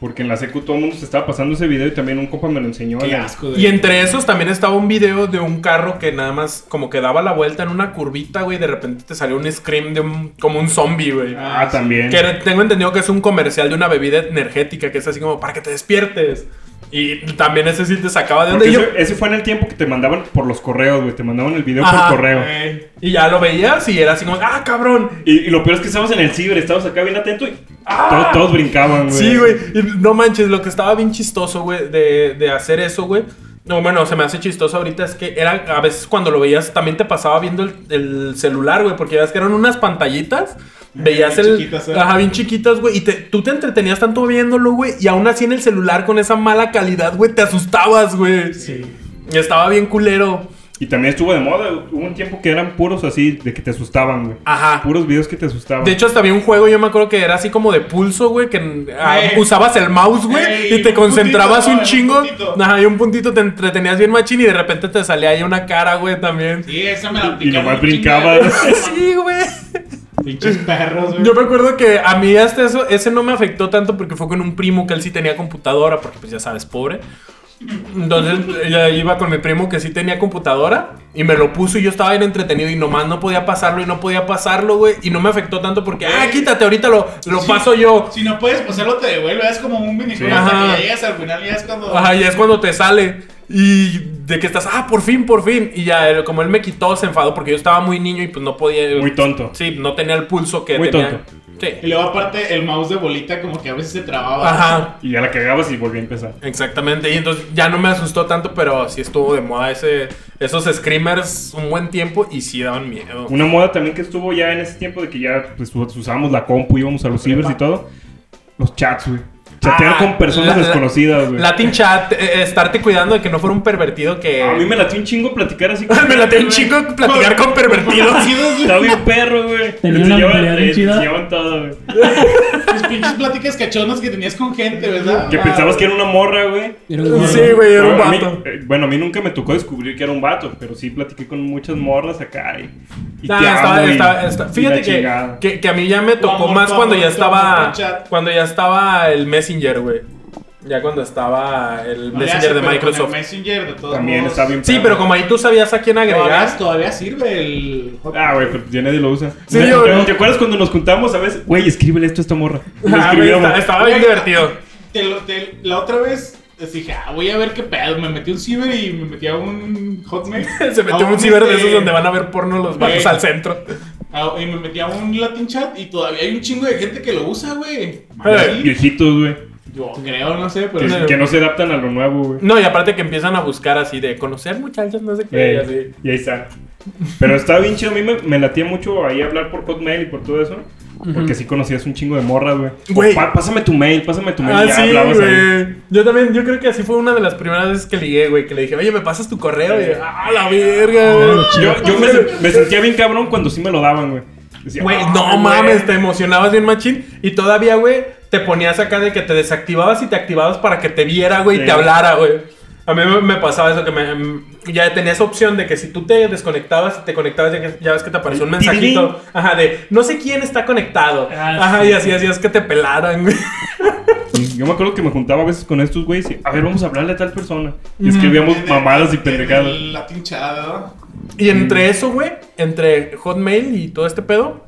Speaker 3: Porque en la secu todo el mundo se estaba pasando ese video y también un compa me lo enseñó. Ah,
Speaker 4: Qué
Speaker 3: güey.
Speaker 4: asco, güey.
Speaker 1: Y entre esos también estaba un video de un carro que nada más como que daba la vuelta en una curvita, güey. y De repente te salió un scream de un, como un zombie, güey.
Speaker 3: Ah, también.
Speaker 1: Que tengo entendido que es un comercial de una bebida energética que es así como para que te despiertes. Y también ese sí te sacaba de
Speaker 3: Porque
Speaker 1: donde yo.
Speaker 3: ese, ese fue en el tiempo que te mandaban por los correos, güey. Te mandaban el video
Speaker 1: Ajá.
Speaker 3: por correo.
Speaker 4: Güey.
Speaker 1: Y ya lo veías y era así como, ah, cabrón.
Speaker 3: Y, y lo peor es que estábamos en el ciber, estábamos acá bien atentos y
Speaker 1: ¡Ah!
Speaker 3: todos, todos brincaban, güey.
Speaker 1: Sí, güey. Y No manches, lo que estaba bien chistoso, güey, de, de hacer eso, güey. No, bueno, se me hace chistoso ahorita es que era a veces cuando lo veías también te pasaba viendo el, el celular, güey, porque ya ves que eran unas pantallitas, veías
Speaker 4: bien
Speaker 1: el
Speaker 4: chiquitas, ¿eh?
Speaker 1: ajá, bien chiquitas, güey, y te- tú te entretenías tanto viéndolo, güey, y aún así en el celular con esa mala calidad, güey, te asustabas, güey.
Speaker 4: Sí.
Speaker 1: Y estaba bien culero.
Speaker 3: Y también estuvo de moda. Hubo un tiempo que eran puros así, de que te asustaban, güey.
Speaker 1: Ajá.
Speaker 3: Puros videos que te asustaban.
Speaker 1: De hecho, hasta había un juego, yo me acuerdo que era así como de pulso, güey, que ah,
Speaker 4: Ey.
Speaker 1: usabas el mouse, güey,
Speaker 4: Ey,
Speaker 1: y te
Speaker 4: un
Speaker 1: concentrabas
Speaker 4: puntito,
Speaker 1: un
Speaker 4: un
Speaker 1: chingo.
Speaker 4: puntito.
Speaker 1: Ajá, y un puntito te entretenías bien machín y de repente te salía ahí una cara, güey, también.
Speaker 4: Sí, esa me la
Speaker 3: y
Speaker 4: aplicaron
Speaker 3: nomás
Speaker 4: un chingo de
Speaker 3: brincaba.
Speaker 4: veces.
Speaker 1: Sí, güey.
Speaker 4: Pinches perros, güey.
Speaker 1: Yo me acuerdo que a mí hasta eso, ese no me afectó tanto porque fue con un primo que él sí tenía computadora, porque pues ya sabes, pobre. Entonces ya iba con mi primo que sí tenía computadora y me lo puso y yo estaba bien entretenido y nomás no podía pasarlo y no podía pasarlo, güey. Y no me afectó tanto porque, ah, quítate, ahorita lo, lo
Speaker 4: Sí.
Speaker 1: paso yo.
Speaker 4: Si no puedes pasarlo, te devuelve. Es como un minijuego
Speaker 1: Sí.
Speaker 4: hasta
Speaker 1: Ajá.
Speaker 4: que ya llegas al final y ya es cuando.
Speaker 1: Ajá, y es cuando te sale. Y de que estás, ah, por fin, por fin. Y ya, él- como él me quitó, se enfadó porque yo estaba muy niño y pues no podía.
Speaker 3: Muy tonto.
Speaker 1: Sí, no tenía el pulso que
Speaker 3: Muy
Speaker 1: tenía.
Speaker 3: tonto.
Speaker 4: Y
Speaker 1: Sí.
Speaker 4: luego, aparte, el mouse de bolita, como que a veces se trababa.
Speaker 1: Ajá,
Speaker 3: Y ya la cagabas y volví a empezar.
Speaker 1: exactamente. Y entonces ya no me asustó tanto, pero sí estuvo de moda ese, esos screamers un buen tiempo y sí daban miedo.
Speaker 3: Una moda también que estuvo ya en ese tiempo de que ya pues, usábamos la compu, íbamos a los cibers y todo. Los chats, güey. Chatear
Speaker 1: Ah,
Speaker 3: con personas
Speaker 1: la- la-
Speaker 3: desconocidas, güey.
Speaker 1: Latin chat, eh, eh, estarte cuidando de que no fuera un pervertido que.
Speaker 3: A mí me latió un chingo platicar así con
Speaker 1: me late un
Speaker 3: güey.
Speaker 1: chico platicar con pervertidos.
Speaker 3: Está bien perro, güey.
Speaker 2: Tenía una mentalidad bien chida.
Speaker 3: Llevan todo, güey.
Speaker 4: Tus pinches pláticas cachonas que tenías con gente, ¿verdad?
Speaker 3: Que pensabas que era una morra, güey.
Speaker 2: Era un
Speaker 1: Sí, güey, era un
Speaker 3: A mí-
Speaker 1: vato.
Speaker 3: eh, bueno, a mí nunca me tocó descubrir que era un vato, pero sí platiqué con muchas morras acá y, y
Speaker 1: Nah,
Speaker 3: te
Speaker 1: estaba-
Speaker 3: amo y-
Speaker 1: estaba- estaba-
Speaker 3: y
Speaker 1: fíjate
Speaker 3: la
Speaker 1: que,
Speaker 3: chingada.
Speaker 1: que, que a mí ya me tocó
Speaker 4: amor,
Speaker 1: más
Speaker 4: tu
Speaker 1: cuando
Speaker 4: amor,
Speaker 1: ya
Speaker 4: tu amor,
Speaker 1: estaba
Speaker 4: tu chat.
Speaker 1: cuando ya estaba el Messenger, güey. Ya cuando estaba el
Speaker 4: No le hace,
Speaker 1: Messenger de
Speaker 4: pero con el
Speaker 1: Microsoft.
Speaker 4: Messenger, de todos
Speaker 3: También
Speaker 4: modos.
Speaker 3: está bien
Speaker 1: Sí,
Speaker 3: perro.
Speaker 1: pero como ahí tú sabías a quién
Speaker 4: Todavía,
Speaker 1: agregar.
Speaker 4: todavía sirve el.
Speaker 3: Ah, güey, pero ya nadie lo usa.
Speaker 1: Sí,
Speaker 3: ¿Te,
Speaker 1: yo-
Speaker 3: te- te acuerdas cuando nos juntamos a veces? Güey, escríbele esto a esta morra. Y le
Speaker 1: Ah, güey,
Speaker 3: escribíamos.
Speaker 1: está- estaba bien
Speaker 4: Güey,
Speaker 1: divertido.
Speaker 4: Te lo- te- la otra vez les dije, ah, voy a ver qué pedo. Me metí a un ciber y me metí a un hotmail.
Speaker 1: Se metió
Speaker 4: A
Speaker 1: un ciber de
Speaker 4: este,
Speaker 1: esos donde van a ver porno los
Speaker 4: Güey.
Speaker 1: vatos al centro.
Speaker 4: a- y me metí a un Latin chat y todavía hay un chingo de gente que lo usa, güey.
Speaker 1: Eh.
Speaker 4: Sí,
Speaker 3: Viejitos, güey.
Speaker 4: Yo creo, no sé, pero.
Speaker 3: Que, que no se adaptan a lo nuevo, güey.
Speaker 1: No, y aparte que empiezan a buscar así de conocer muchachos, no sé qué, y
Speaker 3: Eh,
Speaker 1: así.
Speaker 3: y ahí está. Pero está bien chido. A mí me, me latía mucho ahí hablar por Hotmail y por todo eso. Porque sí conocías un chingo de morras, güey.
Speaker 1: Güey.
Speaker 3: Pa- pásame tu mail, pásame tu mail.
Speaker 1: Ah,
Speaker 3: y ya
Speaker 1: sí,
Speaker 3: hablabas ahí.
Speaker 1: güey. Yo también, yo creo que así fue una de las primeras veces que ligué, güey, que le dije, oye, ¿me pasas tu correo? Y, ah, la verga, güey.
Speaker 3: Yo, yo me, se- me sentía bien cabrón cuando sí me lo daban, güey. Decía,
Speaker 1: Güey,
Speaker 3: "Ah,
Speaker 1: no
Speaker 3: güey".
Speaker 1: mames, te emocionabas bien machín y todavía, güey, te ponías acá de que te desactivabas y te activabas para que te viera, güey, y
Speaker 3: Sí.
Speaker 1: te hablara, güey. A mí me- me pasaba eso que me, mm, ya tenías opción de que si tú te desconectabas y te conectabas, ya, que- ya ves que te apareció un mensajito, ajá, de no sé quién está conectado.
Speaker 2: Ah,
Speaker 1: Ajá,
Speaker 2: sí.
Speaker 1: y así hacías que te pelaran, güey.
Speaker 3: Y Yo me acuerdo que me juntaba a veces con estos güeyes y a ver, vamos a hablarle a tal persona. Y escribíamos mamadas y pendejadas.
Speaker 4: El Latin chat, ¿verdad?
Speaker 1: Y entre eso, güey, entre Hotmail y todo este pedo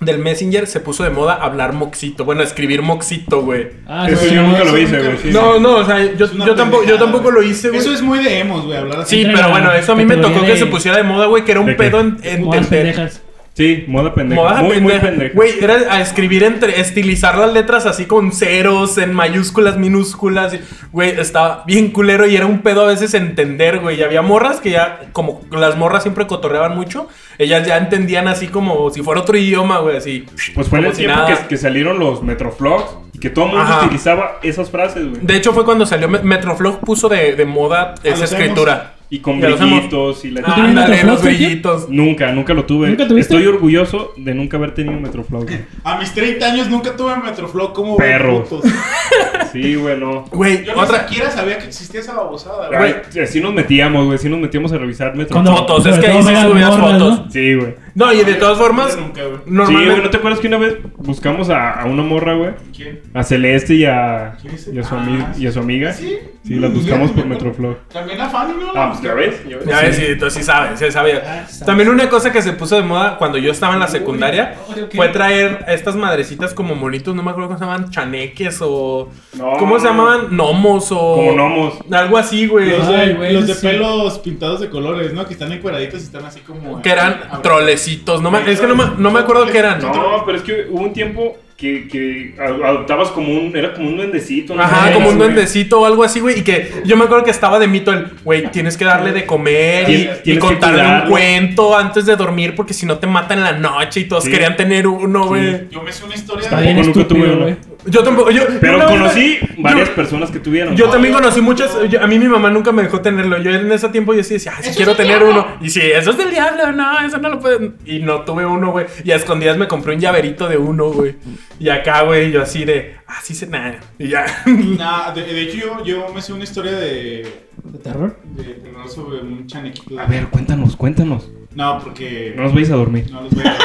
Speaker 1: del Messenger se puso de moda hablar moxito, bueno, escribir moxito, güey.
Speaker 2: Ah,
Speaker 3: Eso
Speaker 2: sí,
Speaker 3: yo nunca
Speaker 4: eso
Speaker 3: lo hice,
Speaker 4: nunca-
Speaker 3: güey. sí.
Speaker 1: No, no, o sea, yo,
Speaker 4: Es una
Speaker 1: yo tampoco, yo
Speaker 4: pendejada,
Speaker 1: tampoco lo hice, güey.
Speaker 4: Eso es muy de emos, güey, hablar así.
Speaker 1: Sí,
Speaker 2: Entra
Speaker 1: pero
Speaker 2: en la
Speaker 1: bueno, eso a mí me
Speaker 2: categoría
Speaker 1: tocó
Speaker 2: de-
Speaker 1: que se pusiera de moda, güey, que era
Speaker 3: ¿De
Speaker 1: un
Speaker 3: qué?
Speaker 1: pedo en, en-
Speaker 2: Modas
Speaker 1: en-
Speaker 2: pendejas.
Speaker 3: Sí, moda pendeja.
Speaker 1: Moda
Speaker 3: muy,
Speaker 1: pendeja.
Speaker 3: muy pendeja.
Speaker 1: Güey, era a escribir entre, estilizar las letras así con ceros, en mayúsculas, minúsculas. y- Güey, estaba bien culero y era un pedo a veces entender, güey. Y había morras que ya, como las morras siempre cotorreaban mucho, ellas ya entendían así como si fuera otro idioma, güey, así.
Speaker 3: Pues fue en el
Speaker 1: como si
Speaker 3: tiempo
Speaker 1: nada.
Speaker 3: que, que salieron los Metroflogs y que todo el mundo
Speaker 1: Ajá.
Speaker 3: utilizaba esas frases, güey.
Speaker 1: De hecho, fue cuando salió Me- Metroflog, puso de, de
Speaker 2: Ah,
Speaker 1: moda esa
Speaker 4: los
Speaker 1: escritura.
Speaker 3: Y con
Speaker 1: Ya los Ah. hemos-
Speaker 3: brillitos y la
Speaker 2: tuviste
Speaker 1: Ándale,
Speaker 2: Metroflog,
Speaker 1: los
Speaker 2: Sergio?
Speaker 1: brillitos.
Speaker 3: Nunca, nunca lo tuve.
Speaker 2: ¿Nunca tuviste?
Speaker 3: Estoy orgulloso de nunca haber tenido Metroflog. güey.
Speaker 4: A mis 30 años nunca tuve Metroflow como
Speaker 3: Perro.
Speaker 4: putos.
Speaker 3: Sí, güey, no.
Speaker 1: Güey,
Speaker 4: Yo ni
Speaker 1: otra.
Speaker 4: siquiera sabía que existía esa babosada, güey.
Speaker 1: Güey.
Speaker 3: Ay, Así nos metíamos, güey. Así nos metíamos a revisar
Speaker 2: Cuando-
Speaker 3: Metroflog.
Speaker 1: Fotos, es
Speaker 2: sobre
Speaker 1: que ahí
Speaker 2: todo
Speaker 1: sí
Speaker 2: vean
Speaker 1: subías
Speaker 2: morras,
Speaker 1: fotos.
Speaker 2: ¿no?
Speaker 3: Sí, güey.
Speaker 1: No, y
Speaker 4: Ah,
Speaker 1: de todas formas,
Speaker 4: Nunca, güey.
Speaker 3: Sí, güey,
Speaker 1: normalmente.
Speaker 3: ¿no te acuerdas que una vez buscamos a, a una morra, güey?
Speaker 4: ¿Quién?
Speaker 3: A Celeste y a,
Speaker 4: ¿Quién es?
Speaker 3: y a, su,
Speaker 4: Ah,
Speaker 3: ami-
Speaker 4: sí.
Speaker 3: y a su amiga.
Speaker 4: ¿Sí?
Speaker 3: Sí, las buscamos por
Speaker 4: Ya, me acuerdo.
Speaker 3: Metroflog.
Speaker 4: También a Fanny, ¿no?
Speaker 3: Ah, pues ya ves. ya ves.
Speaker 1: Ya ves, sí, tú sí sabes, sí sabía. También una cosa que se puso de moda cuando yo estaba en la secundaria
Speaker 2: Uy, ok.
Speaker 1: fue traer estas madrecitas como monitos, no me acuerdo cómo se llamaban, chaneques o...
Speaker 3: No.
Speaker 1: ¿Cómo se llamaban? Gnomos o...
Speaker 3: Como gnomos.
Speaker 1: Algo así, güey.
Speaker 4: Los de,
Speaker 2: Ay, güey,
Speaker 4: los de
Speaker 2: sí.
Speaker 4: pelos pintados de colores, ¿no? Que están encueraditos y están así como.
Speaker 1: Que eran
Speaker 4: Abre-
Speaker 1: trolecitos, no me- es que no me, no me acuerdo qué eran.
Speaker 3: No, pero es que hubo un tiempo que, que a- adoptabas como un. Era como un duendecito. ¿no?
Speaker 1: Ajá,
Speaker 3: Era,
Speaker 1: como un
Speaker 3: güey.
Speaker 1: duendecito o algo así, güey. Y que yo me acuerdo que estaba de mito el, güey, tienes que darle de comer y,
Speaker 3: Tienes-
Speaker 1: y
Speaker 3: tienes que
Speaker 1: contarle un
Speaker 3: cuidarlo.
Speaker 1: cuento antes de dormir porque si no te matan en la noche y todos
Speaker 3: Sí.
Speaker 1: querían tener uno, güey.
Speaker 4: Yo me hice una historia
Speaker 2: Está
Speaker 4: de.
Speaker 2: bien
Speaker 3: Tampoco nunca tuve
Speaker 2: estúpido,
Speaker 3: uno.
Speaker 2: güey.
Speaker 1: Yo tampoco. Yo, yo
Speaker 3: Pero
Speaker 1: una vez
Speaker 3: conocí
Speaker 1: me-
Speaker 3: varias
Speaker 1: yo-
Speaker 3: personas que tuvieron.
Speaker 1: Yo también conocí muchas. yo- a mí mi mamá nunca me dejó tenerlo. Yo en ese tiempo yo sí decía, ay, sí
Speaker 2: ¡Eso
Speaker 1: quiero
Speaker 2: es del
Speaker 1: tener
Speaker 2: diablo!
Speaker 1: uno. Y sí, eso es del diablo, no, eso no lo puedes. Y no tuve uno, güey. Y a escondidas me compré un llaverito de uno, güey. Y acá, güey, yo así de, así se nada. Y ya.
Speaker 4: Nah, de, de hecho, yo, yo me sé una historia de.
Speaker 2: ¿De terror?
Speaker 4: de terror sobre un chanequito. de-
Speaker 5: A ver, cuéntanos, cuéntanos.
Speaker 4: No, porque.
Speaker 3: No nos vais a dormir.
Speaker 4: No los voy a.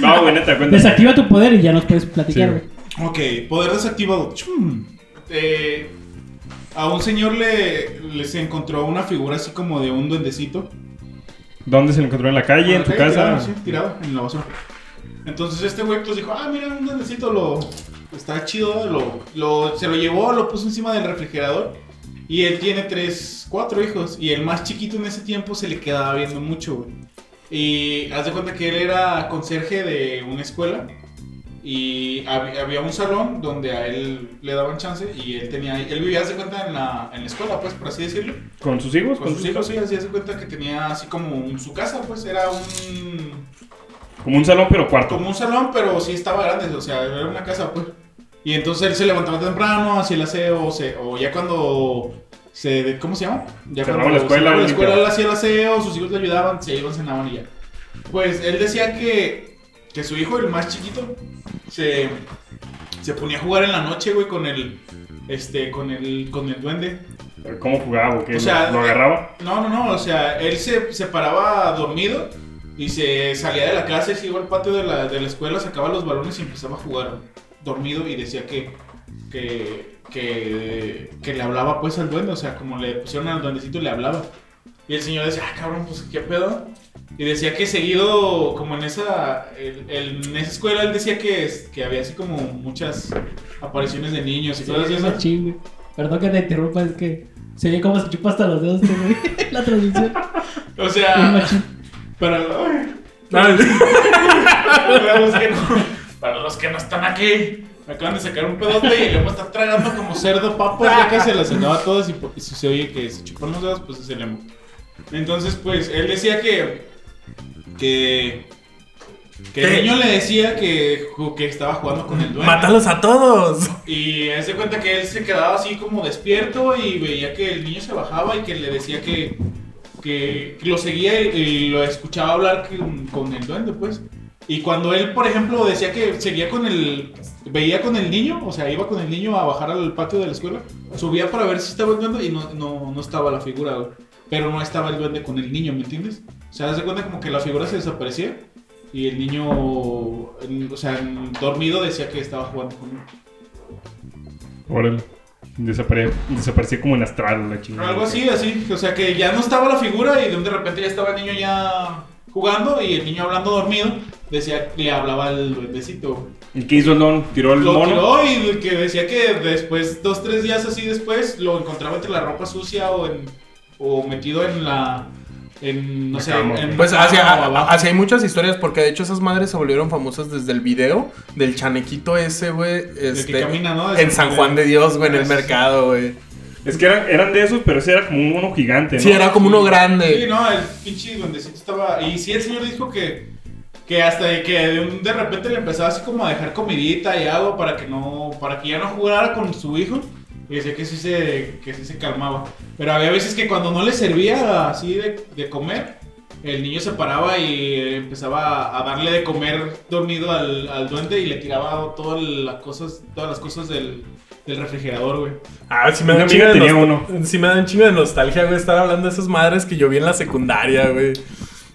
Speaker 3: No, güey, neta, cuéntame.
Speaker 2: Desactiva tu poder y ya nos puedes platicar,
Speaker 3: Sí.
Speaker 2: güey.
Speaker 4: ok, poder desactivado. Chum. Eh, a un señor le, le se encontró una figura así como de un duendecito.
Speaker 3: ¿Dónde se lo encontró? ¿En la calle? ¿En tu
Speaker 4: Tirado,
Speaker 3: casa?
Speaker 4: Ah, sí, tirado en la basura. Entonces este güey pues dijo, ah, mira, un duendecito lo... Está chido, lo, lo- se lo llevó, lo puso encima del refrigerador. Y él tiene tres, cuatro hijos. Y el más chiquito en ese tiempo se le quedaba viendo mucho, güey. Y haz de cuenta que él era conserje de una escuela. Y hab- había un salón donde a él le daban chance. Y él tenía... Él vivía, haz de cuenta, en la, en la escuela, pues, por así decirlo.
Speaker 3: ¿Con sus hijos?
Speaker 4: Con sus hijos, sí, así hace cuenta que tenía así como un- su casa, pues era un.
Speaker 3: Como un salón, pero cuarto.
Speaker 4: como un salón, pero sí estaba grande, o sea, era una casa, pues. Y entonces él se levantaba temprano, hacía el aseo, se- o ya cuando. Se, ¿Cómo se llama? Ya
Speaker 3: Cerraba
Speaker 4: cuando
Speaker 3: la escuela,
Speaker 4: cerraba
Speaker 3: limpiaba.
Speaker 4: la escuela él hacía el aseo, sus hijos le ayudaban, se iban, cenaban y ya. Pues él decía que, que su hijo, el más chiquito, se, se ponía a jugar en la noche, güey, con el. Este, con el, con el duende.
Speaker 3: ¿Cómo jugaba o qué?
Speaker 4: O sea, eh,
Speaker 3: ¿Lo agarraba?
Speaker 4: No, no, no, o sea, él se, se paraba dormido y se salía de la casa y se iba al patio de la, de la escuela, sacaba los balones y empezaba a jugar dormido y decía que, que, que, que le hablaba pues al duende, o sea, como le pusieron al duendecito le hablaba. Y el señor decía, ah, cabrón, pues qué pedo. Y decía que seguido, como en esa, el- el- en esa escuela, él decía que, es- que había así como muchas apariciones de niños y
Speaker 2: Sí,
Speaker 4: cosas así. ¿no?
Speaker 2: es Ah, chingue. Perdón que te interrumpa, es que se ve cómo se chupa hasta los dedos este güey. La transmisión.
Speaker 4: O
Speaker 2: Bien
Speaker 4: sea,
Speaker 2: machín.
Speaker 4: pero... ay.
Speaker 1: Ah,
Speaker 4: Para los que no, para los que no están aquí, me acaban de sacar un pedote y luego están tragando como cerdo papo. Ya que se las andaba a todas y, po- y si se oye que se chupan los dedos, pues es el emo. Entonces, pues él decía que. que. que
Speaker 1: ¿Qué?
Speaker 4: el niño le decía que, ju- que estaba jugando con el duende.
Speaker 1: Mátalos a todos.
Speaker 4: Y hace cuenta que él se quedaba así como despierto y veía que el niño se bajaba y que le decía que, que, que lo seguía y, y lo escuchaba hablar con, con el duende, pues. Y cuando él, por ejemplo, decía que seguía con el... Veía con el niño, o sea, iba con el niño a bajar al patio de la escuela, subía para ver si estaba el duende y no, no, no estaba la figura, güey. Pero no estaba el duende con el niño, ¿me entiendes? O sea, hace cuenta como que la figura se desaparecía y el niño, en- o sea, en- dormido decía que estaba jugando con él.
Speaker 3: Órale. Desapare- Desapareció como en astral la
Speaker 4: Pero
Speaker 3: chingada.
Speaker 4: Algo así, así. O sea que ya no estaba la figura y de de repente ya estaba el niño ya jugando y el niño hablando dormido. Decía, le hablaba al duendecito.
Speaker 3: ¿Y qué hizo el don? ¿Tiró el
Speaker 4: Lo
Speaker 3: mono?
Speaker 4: tiró y que decía que después, dos, tres días así después, lo encontraba entre la ropa sucia o, en, o metido en la. En, no
Speaker 3: La
Speaker 4: sé,
Speaker 3: cama.
Speaker 4: en,
Speaker 1: Pues
Speaker 4: o
Speaker 1: hacia,
Speaker 4: abajo.
Speaker 1: hacia hay muchas historias, porque de hecho esas madres se volvieron famosas desde el video del chanequito ese, güey. Este,
Speaker 4: camina, ¿no? Pues,
Speaker 1: En San Juan de Dios, güey, en el mercado, güey.
Speaker 3: Es que eran, eran de esos, pero ese era como un mono gigante, ¿no?
Speaker 1: Sí, era como uno
Speaker 4: Sí,
Speaker 1: grande.
Speaker 4: no, el pinche duendecito estaba. Y sí, el señor dijo que. Que hasta que de, un- de repente le empezaba así como a dejar comidita y algo para que no. Para que ya no jugara con su hijo. Y decía que sí se. que sí se calmaba. Pero había veces que cuando no le servía así de, de comer. El niño se paraba y empezaba a darle de comer dormido al, al duende y le tiraba todas las cosas, todas las cosas del, del refrigerador, güey.
Speaker 1: Ah, sí me da
Speaker 3: Una
Speaker 1: un chingo
Speaker 3: amiga
Speaker 1: de
Speaker 3: tenía
Speaker 1: nostalgia. Sí me da un chingo de nostalgia, güey, estar hablando de esas madres que yo vi en la secundaria, güey.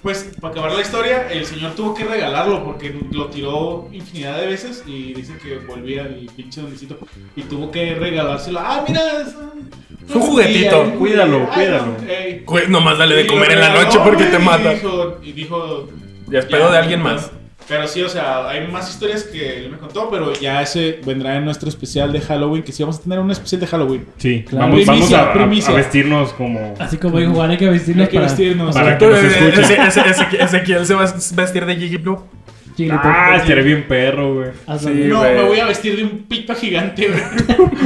Speaker 4: Pues, para acabar la historia, el señor tuvo que regalarlo porque lo tiró infinidad de veces y dice que volvía el pinche duendecito y tuvo que regalárselo. Ah, mira, es un,
Speaker 1: Es un juguetito.
Speaker 4: un
Speaker 3: Cuídalo,
Speaker 4: juguete.
Speaker 3: cuídalo.
Speaker 4: ey.
Speaker 1: Güey, nomás dale
Speaker 4: Y
Speaker 1: de
Speaker 4: lo
Speaker 1: comer en la
Speaker 4: regaló,
Speaker 1: noche porque te
Speaker 4: güey, y
Speaker 1: mata.
Speaker 4: dijo- y dijo
Speaker 1: Ya es pedo
Speaker 4: ya,
Speaker 1: de alguien más.
Speaker 4: Pero sí, o sea, hay más historias que él me contó, pero ya ese vendrá en nuestro especial de Halloween, que sí vamos a tener un especial de Halloween.
Speaker 3: Sí,
Speaker 2: Claro.
Speaker 3: vamos, vamos
Speaker 4: Primicia,
Speaker 3: a- a- a,
Speaker 4: primicia.
Speaker 3: vestirnos como...
Speaker 2: Así como dijo Juan, hay que vestirnos
Speaker 4: Hay que
Speaker 2: para
Speaker 4: vestirnos.
Speaker 3: Para que
Speaker 1: Tú,
Speaker 3: nos
Speaker 1: eh,
Speaker 3: escuchen.
Speaker 1: ese- ese- ese- Ezequiel se va a vestir de Gigi Blue.
Speaker 2: Jigglypuff.
Speaker 3: Ah, estaría bien perro, güey.
Speaker 2: Hazlo,
Speaker 1: sí,
Speaker 4: No,
Speaker 1: güey.
Speaker 4: me voy a vestir de un pipa gigante, güey.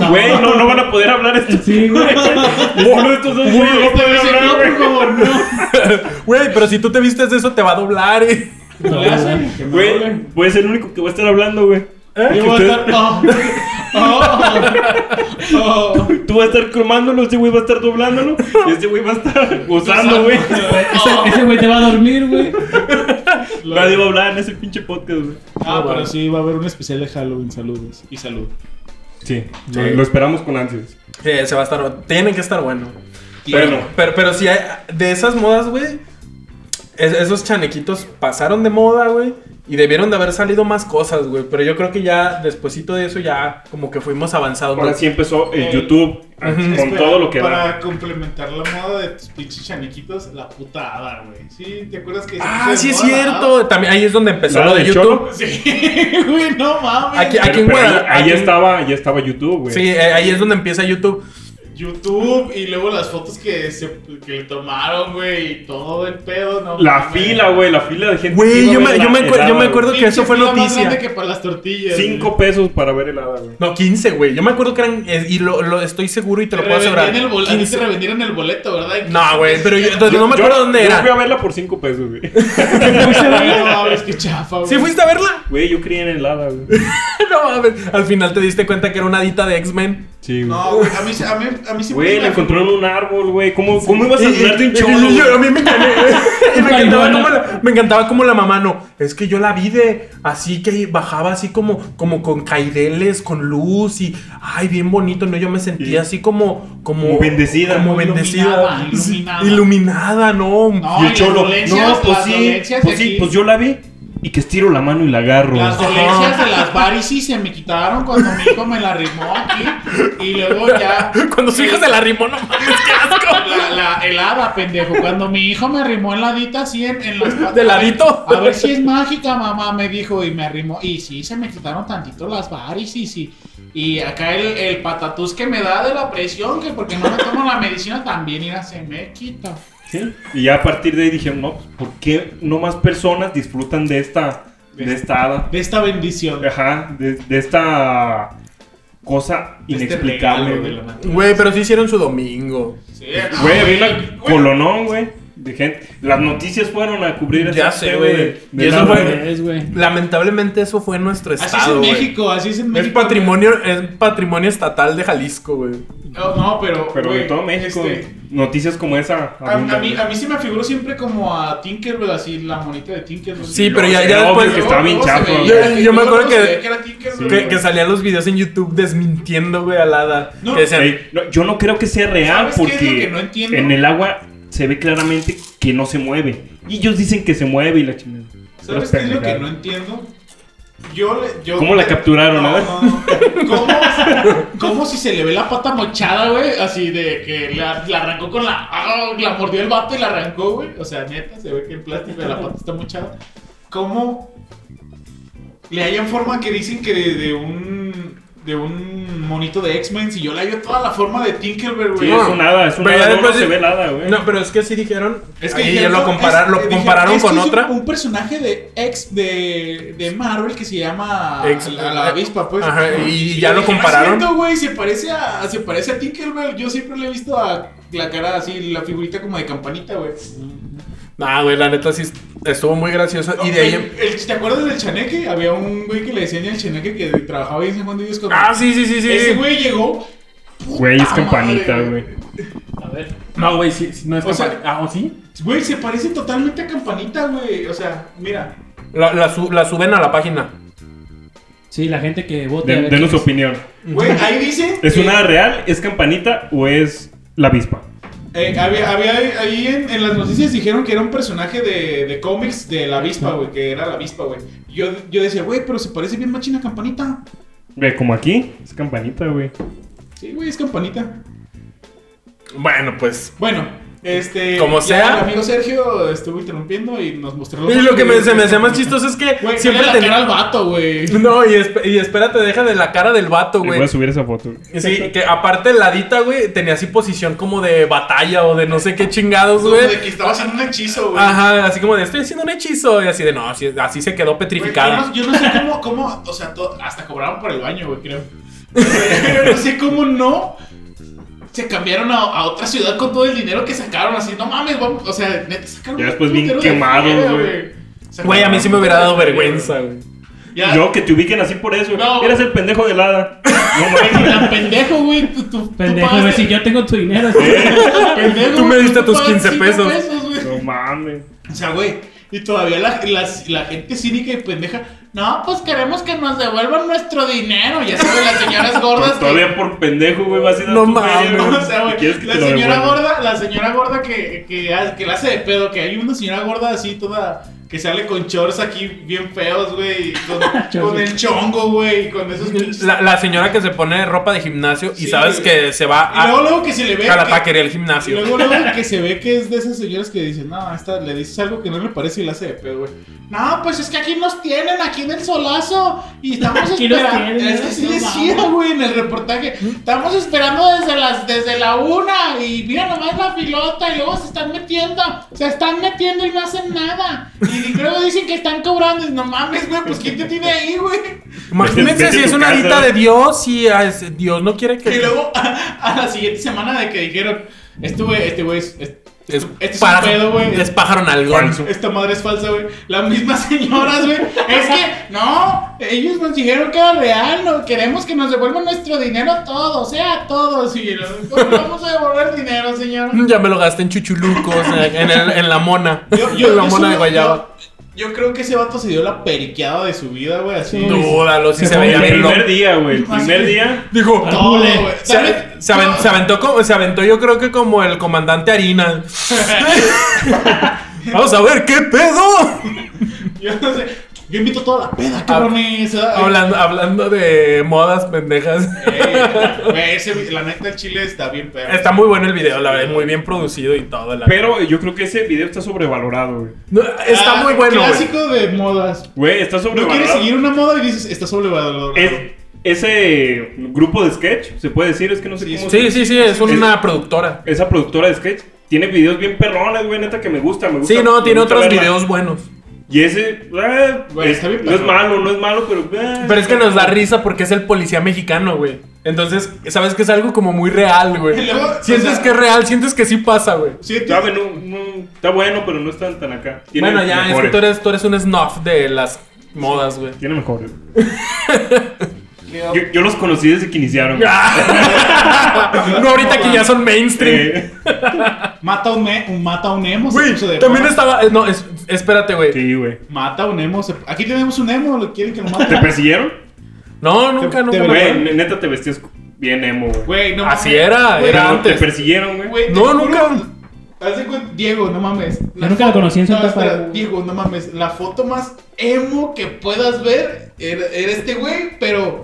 Speaker 3: Güey, no, no van a poder hablar estos...
Speaker 2: Sí, güey.
Speaker 3: Ninguno de estos dos güeyes va a poder
Speaker 4: Este
Speaker 3: hablar,
Speaker 4: güey,
Speaker 3: güey.
Speaker 4: por favor, no.
Speaker 1: Güey, pero si tú te vistes de eso, te va a doblar, eh.
Speaker 4: No le hacen.
Speaker 1: ¿Eh?
Speaker 3: Güey, voy a ser el único que va a estar hablando, güey.
Speaker 4: Yo voy a estar. oh. Oh.
Speaker 3: Tú vas a estar cromándolo, este güey va a estar doblándolo, y este güey va a estar gozando, güey.
Speaker 2: Ese- Ese güey te va a dormir, güey.
Speaker 3: Nadie va a hablar en ese pinche podcast, güey.
Speaker 4: Ah,
Speaker 1: bueno.
Speaker 4: pero sí va a haber un especial de Halloween. Saludos. Y salud.
Speaker 3: Sí,
Speaker 1: Sí.
Speaker 3: Lo, lo esperamos con ansias.
Speaker 1: Sí, se va a estar. Tienen que estar bueno.
Speaker 3: Bueno.
Speaker 1: Pero, pero si hay. De esas modas, güey. es- esos chanequitos pasaron de moda, güey. Y debieron de haber salido más cosas, güey. Pero yo creo que ya, despuesito de eso, ya como que fuimos avanzados.
Speaker 3: Ahora
Speaker 1: ¿no?
Speaker 3: sí empezó el
Speaker 4: Eh,
Speaker 3: YouTube ah,
Speaker 1: ujú.
Speaker 3: con
Speaker 4: Espera,
Speaker 3: todo lo que da.
Speaker 4: Para complementar la moda de tus pinches chaniquitos, la puta hada, güey. ¿Sí? ¿Te acuerdas que se
Speaker 1: Ah,
Speaker 4: puso
Speaker 1: sí
Speaker 4: de
Speaker 1: es
Speaker 4: moda la
Speaker 1: cierto. También ahí es donde empezó
Speaker 3: ¿La
Speaker 1: lo de
Speaker 3: de
Speaker 1: YouTube.
Speaker 3: Choco?
Speaker 4: hada? Sí, güey, no mames.
Speaker 1: Aquí-
Speaker 3: Pero-
Speaker 1: en
Speaker 3: pero ahí,
Speaker 1: Guadalajara-
Speaker 3: ahí
Speaker 1: aquí en-
Speaker 3: estaba, ahí estaba YouTube, güey.
Speaker 1: Sí, eh, ahí es donde empieza YouTube.
Speaker 4: YouTube y luego las fotos que, se, que le tomaron, güey, y todo el pedo, ¿no?
Speaker 3: La
Speaker 4: mames.
Speaker 3: fila, güey, la fila de gente.
Speaker 1: Güey,
Speaker 3: que iba a
Speaker 1: yo
Speaker 3: ver
Speaker 1: me-
Speaker 3: la
Speaker 1: yo me acuer-
Speaker 3: helada,
Speaker 1: yo me
Speaker 3: güey.
Speaker 1: acuerdo- que
Speaker 4: Pinche
Speaker 1: eso fue
Speaker 4: fila más
Speaker 1: noticia.
Speaker 4: grande que para las tortillas.
Speaker 3: Cinco
Speaker 4: güey.
Speaker 3: pesos para ver helada, güey.
Speaker 1: No, 15, güey. Yo me acuerdo que eran. eh, Y lo, lo estoy seguro y te lo puedo asegurar.
Speaker 4: Revendían el bol- a ti
Speaker 1: 15.
Speaker 4: te revendieron el boleto, ¿verdad?
Speaker 1: No, güey. Pero yo, no me
Speaker 3: Yo-
Speaker 1: acuerdo dónde
Speaker 3: yo
Speaker 1: era.
Speaker 3: fui a verla por cinco pesos, güey.
Speaker 4: No mames, qué chafa, güey.
Speaker 1: ¿Sí fuiste a verla?
Speaker 3: Güey, yo creí en helada, güey.
Speaker 1: No mames. Al final te diste cuenta que era una dita de X-Men.
Speaker 3: Sí, güey.
Speaker 4: No, güey, a mí, a mí, a mí siempre
Speaker 3: Güey,
Speaker 4: me
Speaker 3: la encontró en un árbol, güey. ¿Cómo, ¿Cómo
Speaker 4: eh,
Speaker 3: ibas a
Speaker 1: Y-
Speaker 3: dudar de
Speaker 1: y-
Speaker 3: un
Speaker 1: y- y- yo-
Speaker 3: cholo?
Speaker 1: a mí me, encan- y me encantaba
Speaker 2: Marihuana.
Speaker 1: como la, me encantaba como la mamá, no. Es que yo la vi de así que bajaba así como, como con caireles, con luz y ay, bien bonito. No, yo me sentía así como, como,
Speaker 3: Como bendecida.
Speaker 1: como
Speaker 4: Como
Speaker 1: bendecida,
Speaker 4: iluminada, iluminada.
Speaker 1: Sí, iluminada, no.
Speaker 4: No,
Speaker 3: Y
Speaker 4: y
Speaker 3: el
Speaker 4: las
Speaker 3: cholo.
Speaker 4: dolencias,
Speaker 3: No, pues
Speaker 4: las
Speaker 3: sí.
Speaker 4: dolencias
Speaker 3: Pues
Speaker 4: de
Speaker 3: sí,
Speaker 4: aquí.
Speaker 3: pues yo la vi y que estiro la mano y la agarro.
Speaker 4: Las
Speaker 3: güey.
Speaker 4: dolencias de las varices se me quitaron cuando mi hijo me la arrimó aquí. Y luego ya.
Speaker 1: Cuando su hija se la rimó, no mames, qué asco.
Speaker 4: La, la helada, pendejo. Cuando mi hijo me arrimó en ladita así en, en las patas.
Speaker 1: De ladito.
Speaker 4: A ver si es mágica, mamá, me dijo. Y me arrimó. Y sí, se me quitaron tantito las varices. Y, y acá el, el patatús que me da de la presión, que porque no me tomo la medicina también, y se me quita.
Speaker 3: Sí. Y ya a partir de ahí dije, no, pues, ¿por qué no más personas disfrutan de esta, de esta hada?
Speaker 4: De esta bendición.
Speaker 3: Ajá, de, de esta cosa
Speaker 4: de este
Speaker 3: inexplicable,
Speaker 4: regalo de
Speaker 3: güey.
Speaker 4: la naturaleza.
Speaker 1: Güey, pero sí hicieron su domingo.
Speaker 4: Sí,
Speaker 3: Güey,
Speaker 4: ah,
Speaker 3: había una colonón, güey, de gente. Las noticias fueron a cubrir
Speaker 1: Ya
Speaker 3: ese
Speaker 1: sé,
Speaker 3: pedo
Speaker 1: güey.
Speaker 3: de-
Speaker 1: Y
Speaker 3: de
Speaker 1: eso
Speaker 3: la-
Speaker 1: fue-
Speaker 2: Es, güey.
Speaker 1: Lamentablemente eso fue en nuestro
Speaker 4: Así es
Speaker 1: estado,
Speaker 4: en
Speaker 1: güey.
Speaker 4: México, así es en
Speaker 1: Es
Speaker 4: México.
Speaker 1: patrimonio, es patrimonio estatal de Jalisco, güey.
Speaker 4: No, no, pero.
Speaker 3: Pero
Speaker 4: güey,
Speaker 3: de todo México,
Speaker 4: este,
Speaker 3: noticias como esa.
Speaker 4: a, a
Speaker 3: abundan,
Speaker 4: mí,
Speaker 3: güey.
Speaker 4: a mí se me figuró siempre como a Tinkerbell, así la monita de Tinkerbell.
Speaker 1: Sí, pero ya-
Speaker 3: No,
Speaker 1: ya
Speaker 3: no,
Speaker 1: después-
Speaker 3: que estaba bien
Speaker 4: Luego se
Speaker 3: chafa.
Speaker 4: veía,
Speaker 3: güey.
Speaker 1: Yo- yo me
Speaker 4: luego
Speaker 1: acuerdo
Speaker 4: se
Speaker 1: que-
Speaker 4: veía era Tinkerbell,
Speaker 1: Que,
Speaker 4: güey.
Speaker 1: que salían los videos en YouTube desmintiendo, güey, al hada.
Speaker 4: No,
Speaker 1: que decían,
Speaker 3: Sí, no, yo no creo que sea real
Speaker 4: ¿Sabes qué
Speaker 3: porque
Speaker 4: es lo que no entiendo?
Speaker 3: en el agua se ve claramente que no se mueve. Y ellos dicen que se mueve y la chingada.
Speaker 4: ¿Sabes qué es lo que no entiendo? Yo le- yo-
Speaker 3: ¿Cómo la capturaron,
Speaker 4: No,
Speaker 3: eh?
Speaker 4: no, no. ¿Cómo, cómo si se le ve la pata mochada, güey? Así de que la, la arrancó con la. ¡ah! La mordió el vato y la arrancó, güey. O sea, neta, se ve que el plástico de la pata está mochada. ¿Cómo le hallan forma que dicen que de, de un. de un monito de X-Men? Si yo le hallo toda la forma de Tinkerbell,
Speaker 3: Sí,
Speaker 4: güey.
Speaker 1: No.
Speaker 3: es un hada, es un
Speaker 1: Pero ya
Speaker 3: hada, no, no
Speaker 1: después
Speaker 3: se
Speaker 1: de-
Speaker 3: ve nada, güey.
Speaker 1: No, pero es que sí dijeron.
Speaker 4: Es
Speaker 1: ahí
Speaker 4: dijeron,
Speaker 1: lo, compara-
Speaker 4: es-
Speaker 1: lo
Speaker 4: dijeron,
Speaker 1: compararon
Speaker 4: es que
Speaker 1: con
Speaker 4: es un-
Speaker 1: otra.
Speaker 4: Un, personaje de ex de, de Marvel que se llama
Speaker 1: Ex- eh,
Speaker 4: la, la avispa, pues.
Speaker 1: Ajá, y- y ya
Speaker 4: yo
Speaker 1: lo
Speaker 4: dije, "No es
Speaker 1: compararon".
Speaker 4: cierto, güey, se parece a se parece a Tinkerbell. Yo siempre le he visto a la cara así, la figurita como de campanita, güey.
Speaker 1: Nah, güey, la neta sí est- estuvo muy graciosa.
Speaker 4: No,
Speaker 1: y de ahí. em-,
Speaker 4: el- el- ¿Te acuerdas del chaneque? Había un güey que le decían el chaneque que trabajaba en San Juan de Dios con
Speaker 1: Ah, sí, sí, sí, sí.
Speaker 4: Ese güey llegó.
Speaker 3: Güey, es
Speaker 4: ¡puta
Speaker 3: campanita,
Speaker 4: madre,
Speaker 3: güey.
Speaker 2: A ver.
Speaker 1: No, güey, sí, no
Speaker 4: O sea- campanita.
Speaker 1: ah, sí.
Speaker 4: Güey, se parece totalmente a campanita, güey. O sea, mira.
Speaker 1: La, la su- la suben a la página.
Speaker 2: Sí, la gente que vote. a
Speaker 3: De-
Speaker 2: ver
Speaker 3: Denos
Speaker 2: quién
Speaker 3: su
Speaker 2: es.
Speaker 3: opinión.
Speaker 4: Güey, ahí dice.
Speaker 3: ¿Es
Speaker 4: que-
Speaker 3: una hada real? ¿Es campanita o es la avispa?
Speaker 4: Eh, había, había- ahí en, en las noticias dijeron que era un personaje de, de cómics de la avispa, güey, que era la avispa, güey. Yo, yo decía, güey, pero se parece bien machina a campanita.
Speaker 3: Güey, como aquí, es campanita, güey.
Speaker 4: Sí, güey, es campanita.
Speaker 1: Bueno, pues.
Speaker 4: Bueno, este.
Speaker 1: Como
Speaker 4: ya
Speaker 1: sea.
Speaker 4: El amigo Sergio estuvo interrumpiendo y nos mostró
Speaker 1: Y lo que me, se me hacía más chistoso es que
Speaker 4: Güey,
Speaker 1: siempre
Speaker 4: siempre la cara
Speaker 1: tenía.
Speaker 4: al vato, güey.
Speaker 1: No, y, esp- y espérate, deja de la cara del vato,
Speaker 3: Le
Speaker 1: güey.
Speaker 3: voy a subir esa foto. güey.
Speaker 1: Sí, que aparte la dita, güey, tenía así posición como de batalla o de no sé qué chingados, güey.
Speaker 4: De que estaba haciendo un hechizo, güey.
Speaker 1: Ajá, así como de estoy haciendo un hechizo. Y así de no, así, así se quedó
Speaker 4: Güey,
Speaker 1: petrificada.
Speaker 4: Yo, no, yo no sé cómo, cómo o sea, to- hasta cobraban por el baño, güey, creo. Pero no sé cómo no se cambiaron a, a otra ciudad con todo el dinero que sacaron. Así, no mames, vamos, o sea, neta, sacaron.
Speaker 3: Ya
Speaker 4: un
Speaker 3: después bien
Speaker 4: putero de
Speaker 3: quemados,
Speaker 4: feria,
Speaker 3: güey.
Speaker 4: Sacaron
Speaker 1: Güey, a mí sí me hubiera dado
Speaker 4: un putero de feria,
Speaker 1: vergüenza, güey.
Speaker 4: Ya,
Speaker 3: Yo que te ubiquen así por eso.
Speaker 4: No.
Speaker 3: Eres el pendejo de helada. No mames.
Speaker 4: Tan pendejo, güey. Tú, tú, tú
Speaker 2: Pendejo, güey,
Speaker 4: pagaste-
Speaker 2: si yo tengo tu dinero.
Speaker 4: pendejo,
Speaker 1: Tú me
Speaker 4: güey,
Speaker 1: diste tus
Speaker 4: pagas
Speaker 1: 15
Speaker 4: cinco
Speaker 1: pesos.
Speaker 4: güey.
Speaker 3: No mames.
Speaker 4: O sea, güey. Y todavía la, las- la gente cínica y pendeja. No, pues queremos que nos devuelvan nuestro dinero. Ya saben, las señoras gordas. que-
Speaker 3: Pues Todavía por pendejo, güey, vas a ir a
Speaker 1: No
Speaker 3: tu feria,
Speaker 1: mames.
Speaker 4: O sea, güey,
Speaker 3: ¿Quieres que
Speaker 4: la
Speaker 3: te lo
Speaker 4: señora
Speaker 3: devuelva?
Speaker 4: gorda, la señora gorda que, que, ha- que la hace de pedo, que hay una señora gorda así toda que sale con shorts aquí bien feos, güey, y con, con el chongo, güey, y con esos pinches.
Speaker 1: La, la señora que se pone ropa de gimnasio y
Speaker 4: Sí,
Speaker 1: sabes
Speaker 4: güey.
Speaker 1: que se va
Speaker 4: y luego
Speaker 1: a,
Speaker 4: luego que se le ve
Speaker 1: a la
Speaker 4: que-
Speaker 1: taquería del
Speaker 4: y
Speaker 1: gimnasio.
Speaker 4: luego luego que se ve que es de esas señoras que dicen, "No, esta le dices algo que no le parece y la hace de pedo, güey." No, pues es que aquí nos tienen, aquí en el solazo y estamos
Speaker 2: Aquí nos
Speaker 4: esperando.
Speaker 2: tienen,
Speaker 4: Es que sí
Speaker 2: no
Speaker 4: decía,
Speaker 2: mames.
Speaker 4: güey, en el reportaje. Estamos esperando desde las desde la una y mira nomás la pilota y luego se están metiendo, se están metiendo y no hacen nada. Y luego dicen que están cobrando, Y no mames, güey, pues quién te tiene ahí, güey.
Speaker 3: Vete
Speaker 1: Imagínense
Speaker 3: a
Speaker 1: si
Speaker 3: tu
Speaker 1: es una
Speaker 3: casa.
Speaker 1: dita de Dios y ah, es- Dios no quiere que.
Speaker 4: Y luego a, a la siguiente semana de que dijeron, este güey, este güey es, es-
Speaker 1: es,
Speaker 4: este es un
Speaker 1: pájaro-
Speaker 4: pedo, güey.
Speaker 1: es pájaro nalgón.
Speaker 3: Falso.
Speaker 4: Esta madre es falsa, güey. Las mismas señoras, güey. Es que, no, ellos nos dijeron que era real. No, queremos que nos devuelvan nuestro dinero todo, o sea, todos. Y lo- ¿cómo vamos a devolver dinero, señor.
Speaker 1: Mm, Ya me lo gasté en chuchulucos, eh, en, el- en la mona. en la mona
Speaker 4: solo-
Speaker 1: de Guayaba.
Speaker 4: Yo, yo creo que ese vato se dio la periqueada de su vida, güey. Así.
Speaker 2: Sí.
Speaker 1: Dúdalo, si
Speaker 2: Me
Speaker 1: se
Speaker 2: pongo
Speaker 1: veía
Speaker 3: El
Speaker 1: bien loco.
Speaker 3: primer día, güey. El primer día.
Speaker 1: Dijo,
Speaker 2: Al
Speaker 4: Todo,
Speaker 2: doble.
Speaker 4: güey.
Speaker 1: se,
Speaker 4: ¿Sabe-
Speaker 1: se aven- se aventó como- se aventó yo creo que como el comandante Harina. Vamos a ver qué pedo.
Speaker 4: Yo no sé. Yo invito toda la
Speaker 1: Ah,
Speaker 4: peda, cabrones. Ay.
Speaker 1: Hablando, hablando de modas pendejas.
Speaker 4: Ey, güey, ese- la neta, el chile está bien perro.
Speaker 1: Está muy bueno el video, la verdad, muy bien producido y todo. la-
Speaker 3: Pero yo creo que ese video está sobrevalorado, güey.
Speaker 1: No, está
Speaker 4: Ah,
Speaker 1: muy bueno. güey.
Speaker 4: Clásico de modas.
Speaker 3: Güey, está
Speaker 4: No quieres
Speaker 3: sobrevalorado.
Speaker 4: seguir una moda y dices, está sobrevalorado.
Speaker 3: Es- ese grupo de sketch, se puede decir, es que no sé
Speaker 4: Sí,
Speaker 3: cómo se-
Speaker 1: Sí, sí, sí, es una productora.
Speaker 3: Esa productora de sketch tiene videos bien perrones, güey, neta que me gusta, me gusta.
Speaker 1: Sí, no,
Speaker 3: me
Speaker 1: tiene
Speaker 3: gusta
Speaker 1: otros
Speaker 3: verla.
Speaker 1: videos buenos.
Speaker 3: Y ese, eh,
Speaker 4: Güey,
Speaker 3: es-
Speaker 4: está bien
Speaker 3: no es
Speaker 4: perro.
Speaker 3: malo, no es malo, pero. eh,
Speaker 1: Pero es que nos da risa porque es el policía mexicano, güey. Entonces, sabes que es algo como muy real, güey.
Speaker 4: Y luego,
Speaker 1: Sientes
Speaker 4: o sea-
Speaker 1: que es real, sientes que sí pasa, güey.
Speaker 4: Sí, tú-
Speaker 3: Sabe, no, no, está bueno, pero no están tan acá. Tiene
Speaker 1: Bueno, ya, es que
Speaker 3: mejores.
Speaker 1: tú eres, tú eres un snuff de las modas, güey.
Speaker 3: Tiene mejores. Yo, yo los conocí desde que iniciaron. güey.
Speaker 4: Ah,
Speaker 1: No, ahorita que ya son mainstream.
Speaker 3: Eh,
Speaker 4: Mata un, me- un- mata un emo. se
Speaker 1: Güey,
Speaker 4: puso de
Speaker 1: también
Speaker 4: moda.
Speaker 1: estaba. eh, No, es- espérate, güey.
Speaker 3: sí, güey.
Speaker 4: Mata un emo. se- Aquí tenemos un emo. ¿lo ¿Quieren que lo
Speaker 3: ¿Te
Speaker 4: mate?
Speaker 3: persiguieron?
Speaker 1: No, nunca,
Speaker 4: Te-
Speaker 1: nunca.
Speaker 4: te-
Speaker 1: me
Speaker 3: Güey,
Speaker 1: acuerdo.
Speaker 3: ne- neta te vestías bien emo, güey.
Speaker 4: Güey, no
Speaker 1: Así era,
Speaker 4: Güey,
Speaker 1: era
Speaker 3: Pero
Speaker 1: antes.
Speaker 3: Te persiguieron, güey.
Speaker 4: Güey, te
Speaker 1: No,
Speaker 4: juro-
Speaker 1: nunca.
Speaker 4: Haz de cuenta- Diego, no mames.
Speaker 2: Yo nunca lo conocí en
Speaker 4: No,
Speaker 2: Santa
Speaker 4: espera,
Speaker 2: Fe.
Speaker 4: Diego, no mames. La foto más emo que puedas ver era, era este güey, pero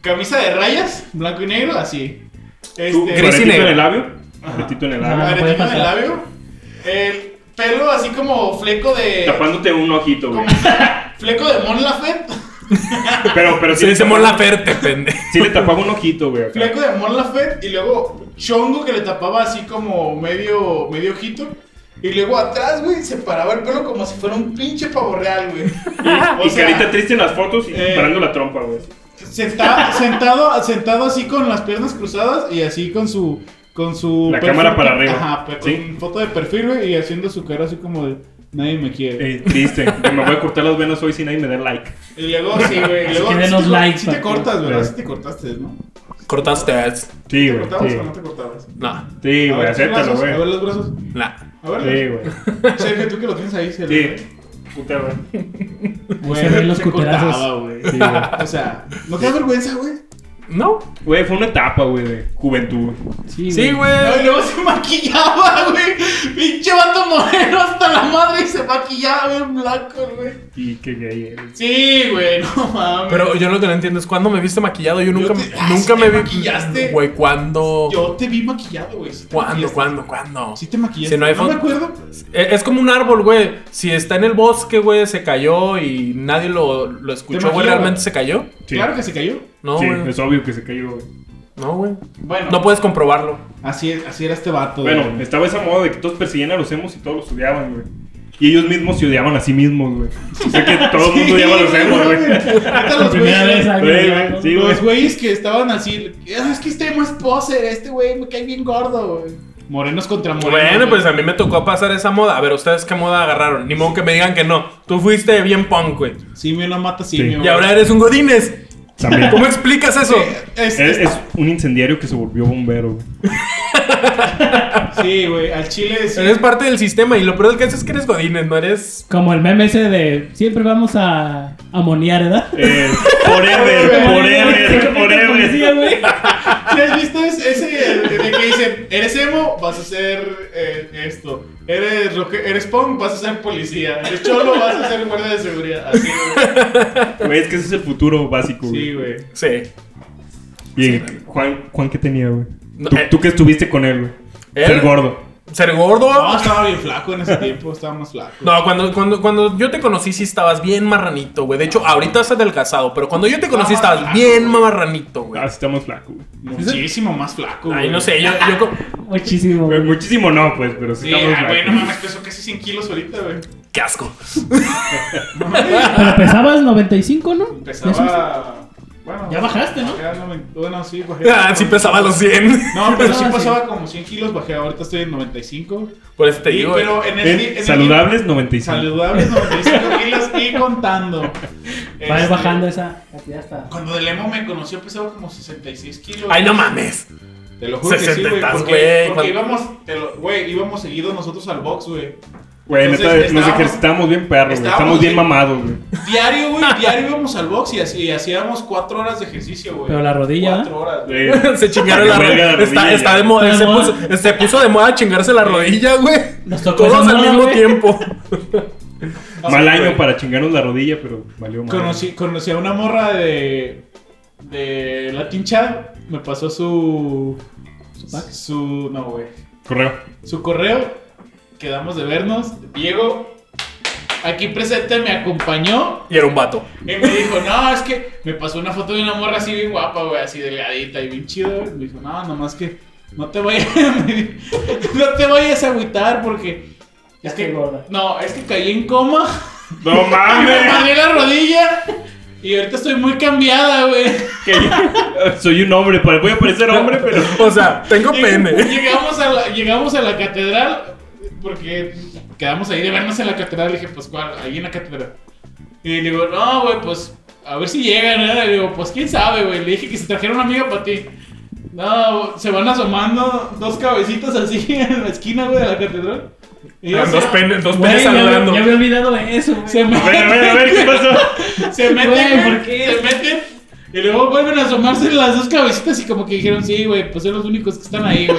Speaker 4: camisa de rayas, blanco y negro, así.
Speaker 3: Tú,
Speaker 1: Gris
Speaker 4: Este,
Speaker 1: y
Speaker 3: aretito en
Speaker 1: negro.
Speaker 3: el labio. Aretito en el labio.
Speaker 2: Ah, puede
Speaker 4: aretito en el
Speaker 2: pasar.
Speaker 4: labio. El pelo así como fleco de.
Speaker 3: Tapándote un ojito, güey.
Speaker 4: como- fleco de Mon Laferte.
Speaker 3: Pero, pero
Speaker 1: Se
Speaker 3: le
Speaker 1: dice
Speaker 3: tapaba-
Speaker 1: Mola Ferte, pendejo.
Speaker 3: Sí le tapaba un ojito, güey. acá.
Speaker 4: Fleco de Mon Laferte y luego chongo que le tapaba así como medio, medio ojito. Y luego atrás, güey, se paraba el pelo como si fuera un pinche pavo real, güey.
Speaker 3: Y,
Speaker 4: O
Speaker 3: y
Speaker 4: sea,
Speaker 3: carita triste en las fotos y
Speaker 4: eh,
Speaker 3: parando la trompa, güey.
Speaker 4: senta- sentado, sentado así con las piernas cruzadas y así con su. Con su
Speaker 3: La cámara para arriba.
Speaker 4: Ajá, pe- con
Speaker 3: Sí.
Speaker 4: foto de perfil, güey, y haciendo su cara así como de. Nadie me quiere.
Speaker 3: Eh, triste. que me voy a cortar las venas hoy si nadie me da like.
Speaker 4: Y luego, sí, güey. Y luego,
Speaker 2: que
Speaker 4: sí,
Speaker 2: denos
Speaker 4: te,
Speaker 2: like,
Speaker 4: sí te
Speaker 2: papi.
Speaker 4: cortas, ¿verdad?
Speaker 3: Eh.
Speaker 4: Sí te cortaste, ¿no?
Speaker 1: Cortaste. eh,
Speaker 3: Sí,
Speaker 4: ¿Te
Speaker 3: güey.
Speaker 4: cortabas
Speaker 3: Sí,
Speaker 4: o no te cortabas?
Speaker 1: No,
Speaker 3: Sí,
Speaker 4: A
Speaker 3: güey,
Speaker 4: ver, tus
Speaker 3: acéptalo,
Speaker 4: brazos, A ver
Speaker 3: güey.
Speaker 4: los brazos.
Speaker 1: no.
Speaker 4: A
Speaker 3: Sí,
Speaker 4: ver.
Speaker 3: güey.
Speaker 4: Sergio, tú que lo tienes ahí, se
Speaker 3: Sí. Puta, güey.
Speaker 2: Ahí se ven los cuterazos.
Speaker 4: güey.
Speaker 3: Sí, güey.
Speaker 4: O sea, ¿no te da vergüenza, güey?
Speaker 1: No.
Speaker 3: Güey, fue una etapa, güey, de juventud.
Speaker 1: Sí,
Speaker 4: No, y
Speaker 1: güey.
Speaker 4: luego se maquillaba, güey. Pinche vato moreno hasta la madre y se maquillaba bien blanco, güey.
Speaker 3: Y que eh, gay eres.
Speaker 4: Sí, güey, no mames.
Speaker 1: Pero yo lo que no entiendo es cuándo me viste maquillado. Yo nunca,
Speaker 4: Yo te- ah,
Speaker 1: nunca
Speaker 4: sí
Speaker 1: me
Speaker 4: te
Speaker 1: vi.
Speaker 4: maquillaste.
Speaker 1: Güey, ¿cuándo?
Speaker 4: Yo te vi maquillado, güey. sí te
Speaker 1: ¿Cuándo?
Speaker 4: maquillaste.
Speaker 1: ¿Cuándo? ¿Cuándo?
Speaker 4: Sí te maquillaste.
Speaker 1: Si no hay
Speaker 4: me
Speaker 1: foto-
Speaker 4: acuerdo.
Speaker 1: Eh, Es como un árbol, güey. Si está en el bosque, güey, se cayó y nadie lo, lo escuchó, güey.
Speaker 4: maquilló,
Speaker 1: ¿Realmente
Speaker 4: güey?
Speaker 1: se cayó?
Speaker 3: Sí.
Speaker 4: Claro que se cayó.
Speaker 1: No,
Speaker 3: sí,
Speaker 1: güey.
Speaker 3: es obvio que se cayó, güey.
Speaker 1: No, güey.
Speaker 4: Bueno,
Speaker 1: No puedes comprobarlo.
Speaker 4: así, así era este vato.
Speaker 3: Bueno,
Speaker 4: güey.
Speaker 3: estaba esa moda de que todos persiguían a los emos y todos los odiaban, güey. Y ellos mismos se odiaban a sí mismos, güey. O sea que todo el mundo odiaba a los emos, güey.
Speaker 4: Neta,
Speaker 2: La
Speaker 4: los
Speaker 2: primera vez
Speaker 4: güeyes-
Speaker 3: Güey, güey, sí, güey.
Speaker 4: Los güeyes que estaban así, "Ah, es que este emo es poser, este güey me cae bien gordo, güey. Morenos contra morenos.
Speaker 1: Bueno,
Speaker 4: güey.
Speaker 1: pues a mí me tocó pasar esa moda. A ver, ¿ustedes qué moda agarraron? Ni modo que me digan que no. Tú fuiste bien punk, güey.
Speaker 4: Simio no mata simio.
Speaker 3: Sí.
Speaker 4: güey.
Speaker 1: Y ahora eres un Godínez.
Speaker 3: También.
Speaker 1: ¿Cómo explicas eso?
Speaker 3: Es,
Speaker 4: Es- es-
Speaker 3: es un incendiario que se volvió bombero, güey.
Speaker 4: sí, güey, al chile sí.
Speaker 1: Eres parte del sistema y lo peor del caso es que eres Godines, no eres.
Speaker 2: Como el meme ese de siempre vamos a amonear, ¿verdad?
Speaker 3: Eh, forever, forever,
Speaker 2: Policía,
Speaker 3: forever.
Speaker 2: güey.
Speaker 4: ¿Sí has visto ese, ese el- el de que dicen, eres emo, vas a ser eh, esto, eres, roque- eres punk, vas a ser policía, eres cholo, vas a ser guardia de seguridad, así, güey.
Speaker 3: Güey, es que ese es el futuro básico, güey.
Speaker 4: Sí, güey.
Speaker 1: Sí.
Speaker 3: Y Juan, Juan, ¿qué tenía, güey?
Speaker 1: No,
Speaker 3: ¿Tú,
Speaker 1: eh.
Speaker 3: tú que estuviste con él, güey.
Speaker 1: Él-
Speaker 3: Ser gordo.
Speaker 1: Ser gordo.
Speaker 4: No, estaba bien flaco en ese tiempo, estaba más flaco.
Speaker 1: No, cuando, cuando, cuando yo te conocí sí estabas bien marranito, güey. De hecho, ahorita estás adelgazado, pero cuando yo te conocí
Speaker 4: Ah,
Speaker 1: estabas
Speaker 4: claro,
Speaker 1: bien marranito, güey.
Speaker 3: Ah, sí estamos flaco, güey.
Speaker 4: Muchísimo más flaco, güey.
Speaker 1: Ay, no sé, yo, yo co-
Speaker 2: Muchísimo,
Speaker 3: Güey,
Speaker 2: güey.
Speaker 3: Muchísimo no, pues, pero sí,
Speaker 4: Sí,
Speaker 3: estamos
Speaker 4: ah, güey, no
Speaker 3: flacos.
Speaker 4: mames, peso casi 100 kilos ahorita, güey.
Speaker 1: Qué asco.
Speaker 2: Pero pesabas 95, ¿no? Pesaste.
Speaker 4: Pesaba... Bueno,
Speaker 2: Ya bajaste, ¿no?
Speaker 4: ya no me- Bueno, sí, bajé.
Speaker 1: Ah, sí pesaba los 100.
Speaker 4: No, pero sí
Speaker 2: Ah, sí.
Speaker 4: pasaba como 100 kilos, bajé, ahorita estoy en 95.
Speaker 1: Por eso te
Speaker 4: Y-
Speaker 1: digo, eh, güey.
Speaker 4: pero en el,
Speaker 3: En
Speaker 4: en el-
Speaker 3: Eh, saludables 95.
Speaker 4: Saludables 95 kilos y contando.
Speaker 2: Va
Speaker 4: Este,
Speaker 2: bajando esa cantidad hasta.
Speaker 4: Cuando de Lemo me conoció pesaba como 66 kilos.
Speaker 1: Ay, no mames.
Speaker 4: Te lo juro que sí, güey.
Speaker 1: 60,
Speaker 4: Porque,
Speaker 1: güey,
Speaker 4: porque
Speaker 1: cuando-
Speaker 4: íbamos, te lo- güey, íbamos seguidos nosotros al box, güey.
Speaker 3: Güey, neta,
Speaker 4: Entonces,
Speaker 3: nos
Speaker 4: estábamos-
Speaker 3: ejercitamos bien perros, güey. Estamos
Speaker 4: estábamos
Speaker 3: bien
Speaker 4: bien-
Speaker 3: mamados, güey.
Speaker 4: Diario, güey, diario íbamos al box y, así- y hacíamos 4 horas de ejercicio, güey.
Speaker 2: Pero la rodilla,
Speaker 4: Cuatro horas, güey.
Speaker 3: Eh,
Speaker 1: Se chingaron
Speaker 3: que
Speaker 1: la
Speaker 3: huelga
Speaker 1: rodilla.
Speaker 3: de
Speaker 1: Está,
Speaker 3: rodilla,
Speaker 1: está de
Speaker 3: ya.
Speaker 1: moda.
Speaker 2: Está
Speaker 1: Se
Speaker 2: de
Speaker 1: puso,
Speaker 2: moda.
Speaker 1: se puso de moda chingarse la rodilla, güey.
Speaker 2: Nos tocó
Speaker 1: Todos
Speaker 2: esa
Speaker 1: al
Speaker 2: moda,
Speaker 1: mismo
Speaker 2: güey.
Speaker 1: tiempo.
Speaker 3: Mal
Speaker 4: Sí,
Speaker 3: año
Speaker 4: güey.
Speaker 3: para chingarnos la rodilla, pero valió mal.
Speaker 4: Conocí, conocí a una morra de. de Latin Chat. Me pasó su.
Speaker 2: ¿Su pack?
Speaker 4: Su. No, güey.
Speaker 3: Correo.
Speaker 4: Su correo. Quedamos de vernos. Diego, aquí presente, me acompañó.
Speaker 1: Y era un vato.
Speaker 4: Y me dijo, no, es que me pasó una foto de una morra así bien guapa, güey, así delgadita y bien chido. güey". Me dijo, no, nomás que no te vayas, no te vayas a agüitar porque.
Speaker 2: Ya
Speaker 4: Es que,
Speaker 2: estoy gorda.
Speaker 4: no, es que caí en coma.
Speaker 3: ¡No
Speaker 4: Me
Speaker 3: mames!
Speaker 4: madré la rodilla. Y ahorita estoy muy cambiada, güey.
Speaker 3: Que yo- soy un hombre, pare- voy a parecer hombre, pero.
Speaker 1: O sea, tengo pene.
Speaker 4: pues, Llegamos a, la, llegamos a la catedral porque quedamos ahí de vernos en la catedral. Le dije, pues, ¿cuál? Ahí en la catedral. Y le digo, no, güey, pues, a ver si llegan. ¿eh? Le digo, pues, quién sabe, güey. Le dije que se trajera una amiga para ti. No, se van asomando dos cabecitas así en la esquina, güey, de la catedral. Y yo,
Speaker 1: Eran Dos
Speaker 4: "Ah".
Speaker 1: penes, dos
Speaker 2: Güey,
Speaker 1: penes
Speaker 2: ya, me-
Speaker 1: saludando.
Speaker 2: ya me he olvidado eso, güey.
Speaker 4: Se me-
Speaker 3: A ver, a ver, a ver, ¿qué pasó?
Speaker 4: Se meten,
Speaker 2: Güey,
Speaker 4: güey,
Speaker 2: ¿por qué?
Speaker 4: Se meten. Y luego vuelven a asomarse las dos cabecitas y como que dijeron, sí, güey, pues son los únicos que están ahí, güey.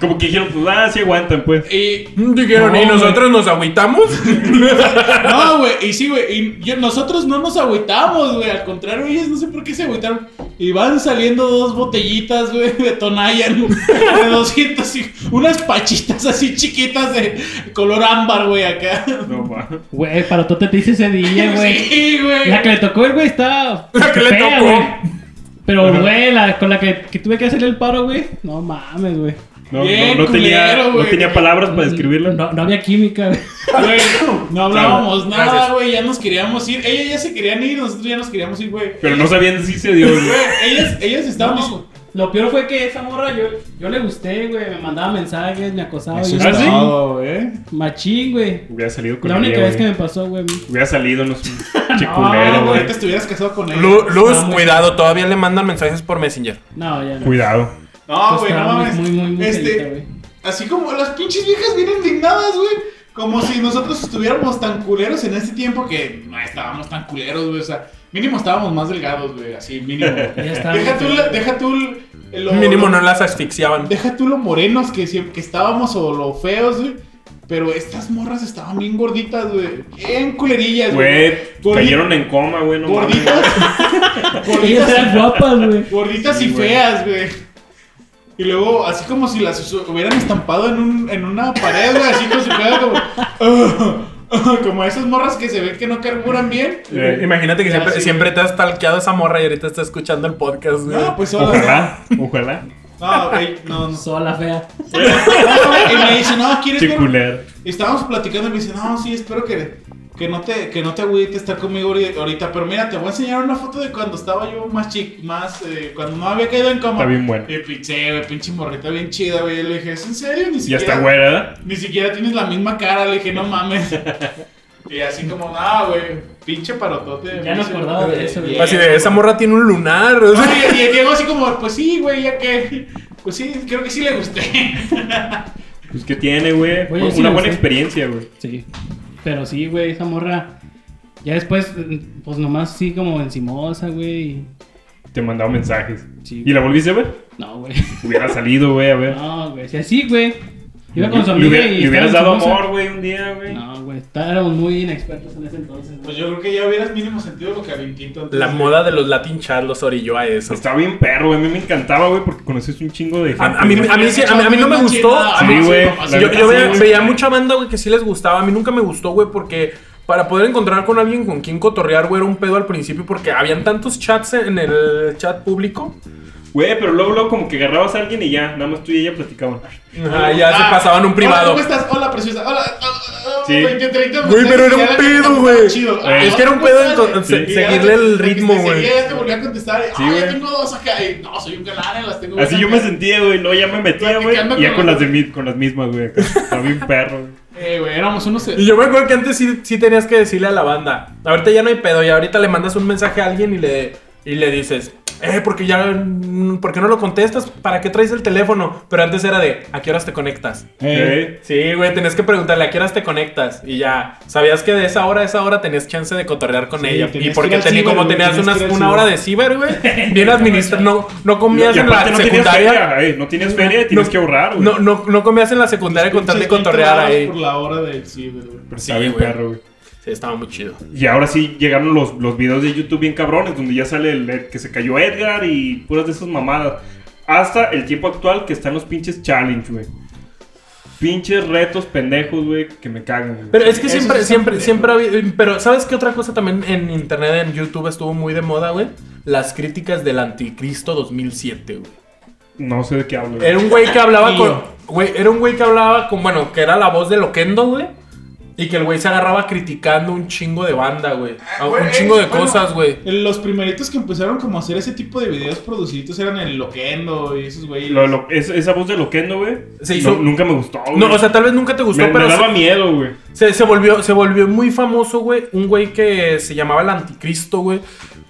Speaker 3: Como que dijeron, pues, ah, sí aguantan, pues.
Speaker 4: Y...
Speaker 1: Mm, Dijeron,
Speaker 4: No,
Speaker 1: ¿y
Speaker 4: güey.
Speaker 1: nosotros nos agüitamos?
Speaker 4: No, güey, y sí, güey, y yo- nosotros no nos agüitamos, güey, al contrario, ellos no sé por qué se agüitaron. Y van saliendo dos botellitas, güey, de Tonayan, de 200, y unas pachitas así chiquitas de color ámbar, güey, acá.
Speaker 3: No mames.
Speaker 2: Güey, para tú te dice ese día, güey.
Speaker 4: Sí, güey.
Speaker 2: La que le tocó el güey está.
Speaker 1: La que le tocó.
Speaker 2: güey. Pero, güey, la, con la que, que tuve que hacerle el paro, güey. No mames, güey.
Speaker 3: No,
Speaker 4: Bien
Speaker 3: no, no tenía,
Speaker 4: culero,
Speaker 3: no
Speaker 4: güey.
Speaker 3: tenía palabras para describirla.
Speaker 2: No, no había química, güey.
Speaker 4: Güey, no hablábamos
Speaker 1: Gracias.
Speaker 4: nada, güey, ya nos queríamos ir. Ellas ya se querían ir, nosotros ya nos queríamos ir, güey.
Speaker 3: Pero no sabían si se dio, güey.
Speaker 4: Güey, ellas, ellas estaban...
Speaker 2: No, pues, lo peor fue que esa morra yo, yo le gusté, güey. Me mandaba mensajes, me acosaba. y
Speaker 3: es
Speaker 2: yo-
Speaker 4: todo, güey.
Speaker 2: Machín, güey.
Speaker 3: Hubiera salido con
Speaker 2: La única
Speaker 3: ella,
Speaker 2: vez que
Speaker 3: güey.
Speaker 2: me pasó, güey.
Speaker 3: Hubiera salido, no sé. Che
Speaker 4: Ah,
Speaker 3: culero,
Speaker 4: güey,
Speaker 3: güey.
Speaker 4: te estuvieras casado con él.
Speaker 1: Lu- Luz,
Speaker 2: muy-
Speaker 1: cuidado, todavía le mandan mensajes por Messenger.
Speaker 2: No, ya no.
Speaker 3: Cuidado.
Speaker 4: No, güey, no
Speaker 2: Estaba Pues muy, muy,
Speaker 4: mames.
Speaker 2: muy, muy feíta,
Speaker 4: este,
Speaker 2: güey.
Speaker 4: así como las pinches viejas bien indignadas, güey. Como si nosotros estuviéramos tan culeros en este tiempo que no estábamos tan culeros, güey. O sea, mínimo estábamos más delgados, güey. Así, mínimo.
Speaker 2: Ya está,
Speaker 4: deja tú,
Speaker 2: güey.
Speaker 4: la- deja tú el- lo,
Speaker 1: Mínimo
Speaker 4: lo-
Speaker 1: no las asfixiaban.
Speaker 4: Deja tú lo morenos que, siempre- que estábamos o lo feos, güey. Pero estas morras estaban bien gorditas, güey. Bien culerillas,
Speaker 3: Güey,
Speaker 4: Gordi-
Speaker 3: cayeron en coma, güey. No mames.
Speaker 4: Gorditas.
Speaker 2: Ellas
Speaker 4: gorditas.
Speaker 2: eran guapas, güey.
Speaker 4: Gorditas
Speaker 3: Sí,
Speaker 4: y
Speaker 3: güey.
Speaker 4: feas, güey. Y luego, así como si las us- hubieran estampado en, un, en una pared, güey, así con su cara como... como esas morras que se ven que no carburan bien.
Speaker 3: Eh,
Speaker 1: Imagínate que
Speaker 4: Ya,
Speaker 1: siempre,
Speaker 4: sí.
Speaker 1: siempre te has talqueado esa morra y ahorita está escuchando el podcast, güey.
Speaker 4: No, pues ahora...
Speaker 3: Ojalá, ojalá.
Speaker 4: No, güey, no, no.
Speaker 2: Sola, fea.
Speaker 4: No, Y me dice, no, ¿quieres
Speaker 3: Che
Speaker 4: ver?
Speaker 3: culero.
Speaker 4: Y estábamos platicando y me dice, no, sí, espero que, que no te, que no te agüite estar conmigo ahori- ahorita. Pero mira, te voy a enseñar una foto de cuando estaba yo más chico, más, eh, cuando no había caído en coma.
Speaker 3: Está bien bueno.
Speaker 4: Y pinche, güey, pinche morrita bien chida, güey. Le dije, ¿es en serio? Ni
Speaker 3: Ya
Speaker 4: siquiera,
Speaker 3: está güera, ¿verdad?
Speaker 4: Ni siquiera tienes la misma cara. Le dije, no mames. Y así como, ah, güey, pinche parotote.
Speaker 2: Ya no
Speaker 4: pinche-
Speaker 2: acordaba de eso,
Speaker 4: pues,
Speaker 2: güey.
Speaker 1: Así de, esa morra tiene un lunar. o sea.
Speaker 4: Oye, y el Diego así como, pues sí, güey, ya que. Pues sí, creo que sí le gusté.
Speaker 3: Pues que tiene, güey.
Speaker 2: Oye,
Speaker 3: Una
Speaker 2: sí,
Speaker 3: buena
Speaker 2: sí.
Speaker 3: experiencia, güey.
Speaker 2: Sí. Pero sí, güey, esa morra. Ya después, pues nomás sí como encimosa, güey.
Speaker 3: Te mandaba mensajes.
Speaker 2: Sí,
Speaker 3: ¿Y la volviste a ver?
Speaker 2: No, güey.
Speaker 3: Hubiera salido, güey, a ver.
Speaker 2: No, güey. Si así, güey. Iba con su
Speaker 3: Le
Speaker 2: amiga
Speaker 3: hubiera-
Speaker 2: y.
Speaker 3: Le hubieras
Speaker 2: estaba
Speaker 3: dado
Speaker 2: encimosa.
Speaker 3: amor, güey, un día, güey.
Speaker 2: No, güey. Estábamos muy inexpertos en ese entonces. güey.
Speaker 4: Pues yo creo que ya hubieras mínimo sentido lo que había intentado.
Speaker 1: La moda de los Latin chat los orilló a eso.
Speaker 3: Estaba bien perro, güey. A mí me encantaba, güey, porque conoces un chingo de gente.
Speaker 1: A, a mí,
Speaker 3: güey.
Speaker 1: a, mí, sí- a mí- a mí no me gustó.
Speaker 3: Sí, güey.
Speaker 1: Sí,
Speaker 3: La
Speaker 1: yo
Speaker 3: neta,
Speaker 1: yo veía,
Speaker 3: sí, güey.
Speaker 1: veía mucha banda, güey, que sí les gustaba. A mí nunca me gustó, güey, porque para poder encontrar con alguien con quien cotorrear, güey, era un pedo al principio, porque habían tantos chats en el chat público.
Speaker 3: Güey, pero luego, luego como que agarrabas a alguien y ya, nada más tú y ella platicaban.
Speaker 1: Ajá, Ah, ya
Speaker 4: Ah,
Speaker 1: se pasaban un privado.
Speaker 4: Hola, ¿cómo estás? Hola, preciosa. Hola. ah, ah,
Speaker 3: Sí.
Speaker 4: 20, 30,
Speaker 1: Güey, pero era un
Speaker 4: ya,
Speaker 1: pedo,
Speaker 4: ya,
Speaker 1: güey.
Speaker 4: chido.
Speaker 3: Ah,
Speaker 1: Es que era un pedo en con-
Speaker 3: Sí.
Speaker 1: se- seguirle el
Speaker 4: Porque
Speaker 1: ritmo,
Speaker 4: te
Speaker 1: güey.
Speaker 4: seguía, Ya te volví a contestar.
Speaker 3: Sí,
Speaker 4: ah, ya
Speaker 3: güey.
Speaker 4: tengo dos acá. y, no, soy un galán, eh, las tengo.
Speaker 3: Así
Speaker 4: acá.
Speaker 3: yo me sentía, güey. Luego ya me metía, güey.
Speaker 4: Platicando
Speaker 3: Y ya
Speaker 4: con
Speaker 3: con
Speaker 4: los-
Speaker 3: las, de mí, con las mismas, güey. acá. Estaba bien perro, güey.
Speaker 4: Eh, güey, éramos unos.
Speaker 1: Y yo me acuerdo que antes sí, sí tenías que decirle a la banda. Ahorita ya no hay pedo, y ahorita le mandas un mensaje a alguien y le, y le dices, eh, porque ya, mm, ¿por qué no lo contestas? ¿Para qué traes el teléfono? Pero antes era de, ¿a qué horas te conectas?
Speaker 3: Eh,
Speaker 1: Sí, güey, tenías que preguntarle a qué horas te conectas y ya. Sabías que de esa hora a esa hora tenías chance de cotorrear con
Speaker 4: Sí,
Speaker 1: ella.
Speaker 4: tenías
Speaker 1: Y
Speaker 4: que
Speaker 1: porque
Speaker 4: ir al
Speaker 1: teni-
Speaker 4: ciber,
Speaker 1: como
Speaker 4: güey,
Speaker 1: tenías
Speaker 4: tenías
Speaker 1: unas-
Speaker 4: que ir al
Speaker 1: una
Speaker 4: ciber.
Speaker 1: hora de ciber, güey, bien administrado. No, no comías
Speaker 3: Y
Speaker 1: en la
Speaker 3: aparte no tenías
Speaker 1: secundaria.
Speaker 3: feria, eh, no tenías feria, tienes
Speaker 1: No,
Speaker 3: que ahorrar, güey.
Speaker 1: No, no, no comías en la secundaria con tal de cotorrear ahí.
Speaker 4: Por la hora del ciber, güey.
Speaker 3: Pero
Speaker 1: Sí,
Speaker 3: estaba bien
Speaker 1: güey.
Speaker 3: perro, güey.
Speaker 1: Sí, estaba muy chido.
Speaker 3: Y ahora sí llegaron los, los videos de YouTube bien cabrones, donde ya sale el, el que se cayó Edgar y puras de esas mamadas. Hasta el tiempo actual que están los pinches challenge, güey. Pinches retos pendejos, güey, que me cagan, güey.
Speaker 1: Pero es que
Speaker 4: Eso
Speaker 1: siempre,
Speaker 4: sí
Speaker 1: siempre,
Speaker 4: está
Speaker 1: siempre había- Pero, ¿sabes qué otra cosa también en internet, en YouTube estuvo muy de moda, güey? Las críticas del anticristo 2007, güey.
Speaker 3: No sé de qué hablo, güey.
Speaker 1: Era un güey que hablaba
Speaker 4: Tío.
Speaker 1: con. Güey, era un güey que hablaba con. Bueno, que era la voz de Loquendo, güey. Y que el güey se agarraba criticando un chingo de banda, güey.
Speaker 4: Ah, güey,
Speaker 1: un chingo de
Speaker 4: bueno,
Speaker 1: cosas, güey.
Speaker 4: Los primeritos que empezaron como a hacer ese tipo de videos producidos eran el Loquendo y esos güeyes.
Speaker 3: Lo- lo- es- esa voz de Loquendo, güey.
Speaker 1: Se hizo-
Speaker 3: no- nunca me gustó, güey.
Speaker 1: No, o sea, tal vez nunca te gustó,
Speaker 3: me,
Speaker 1: pero
Speaker 3: me daba
Speaker 1: se,
Speaker 3: miedo, güey.
Speaker 1: se- se volvió, se volvió muy famoso, güey. Un güey que se llamaba el anticristo, güey.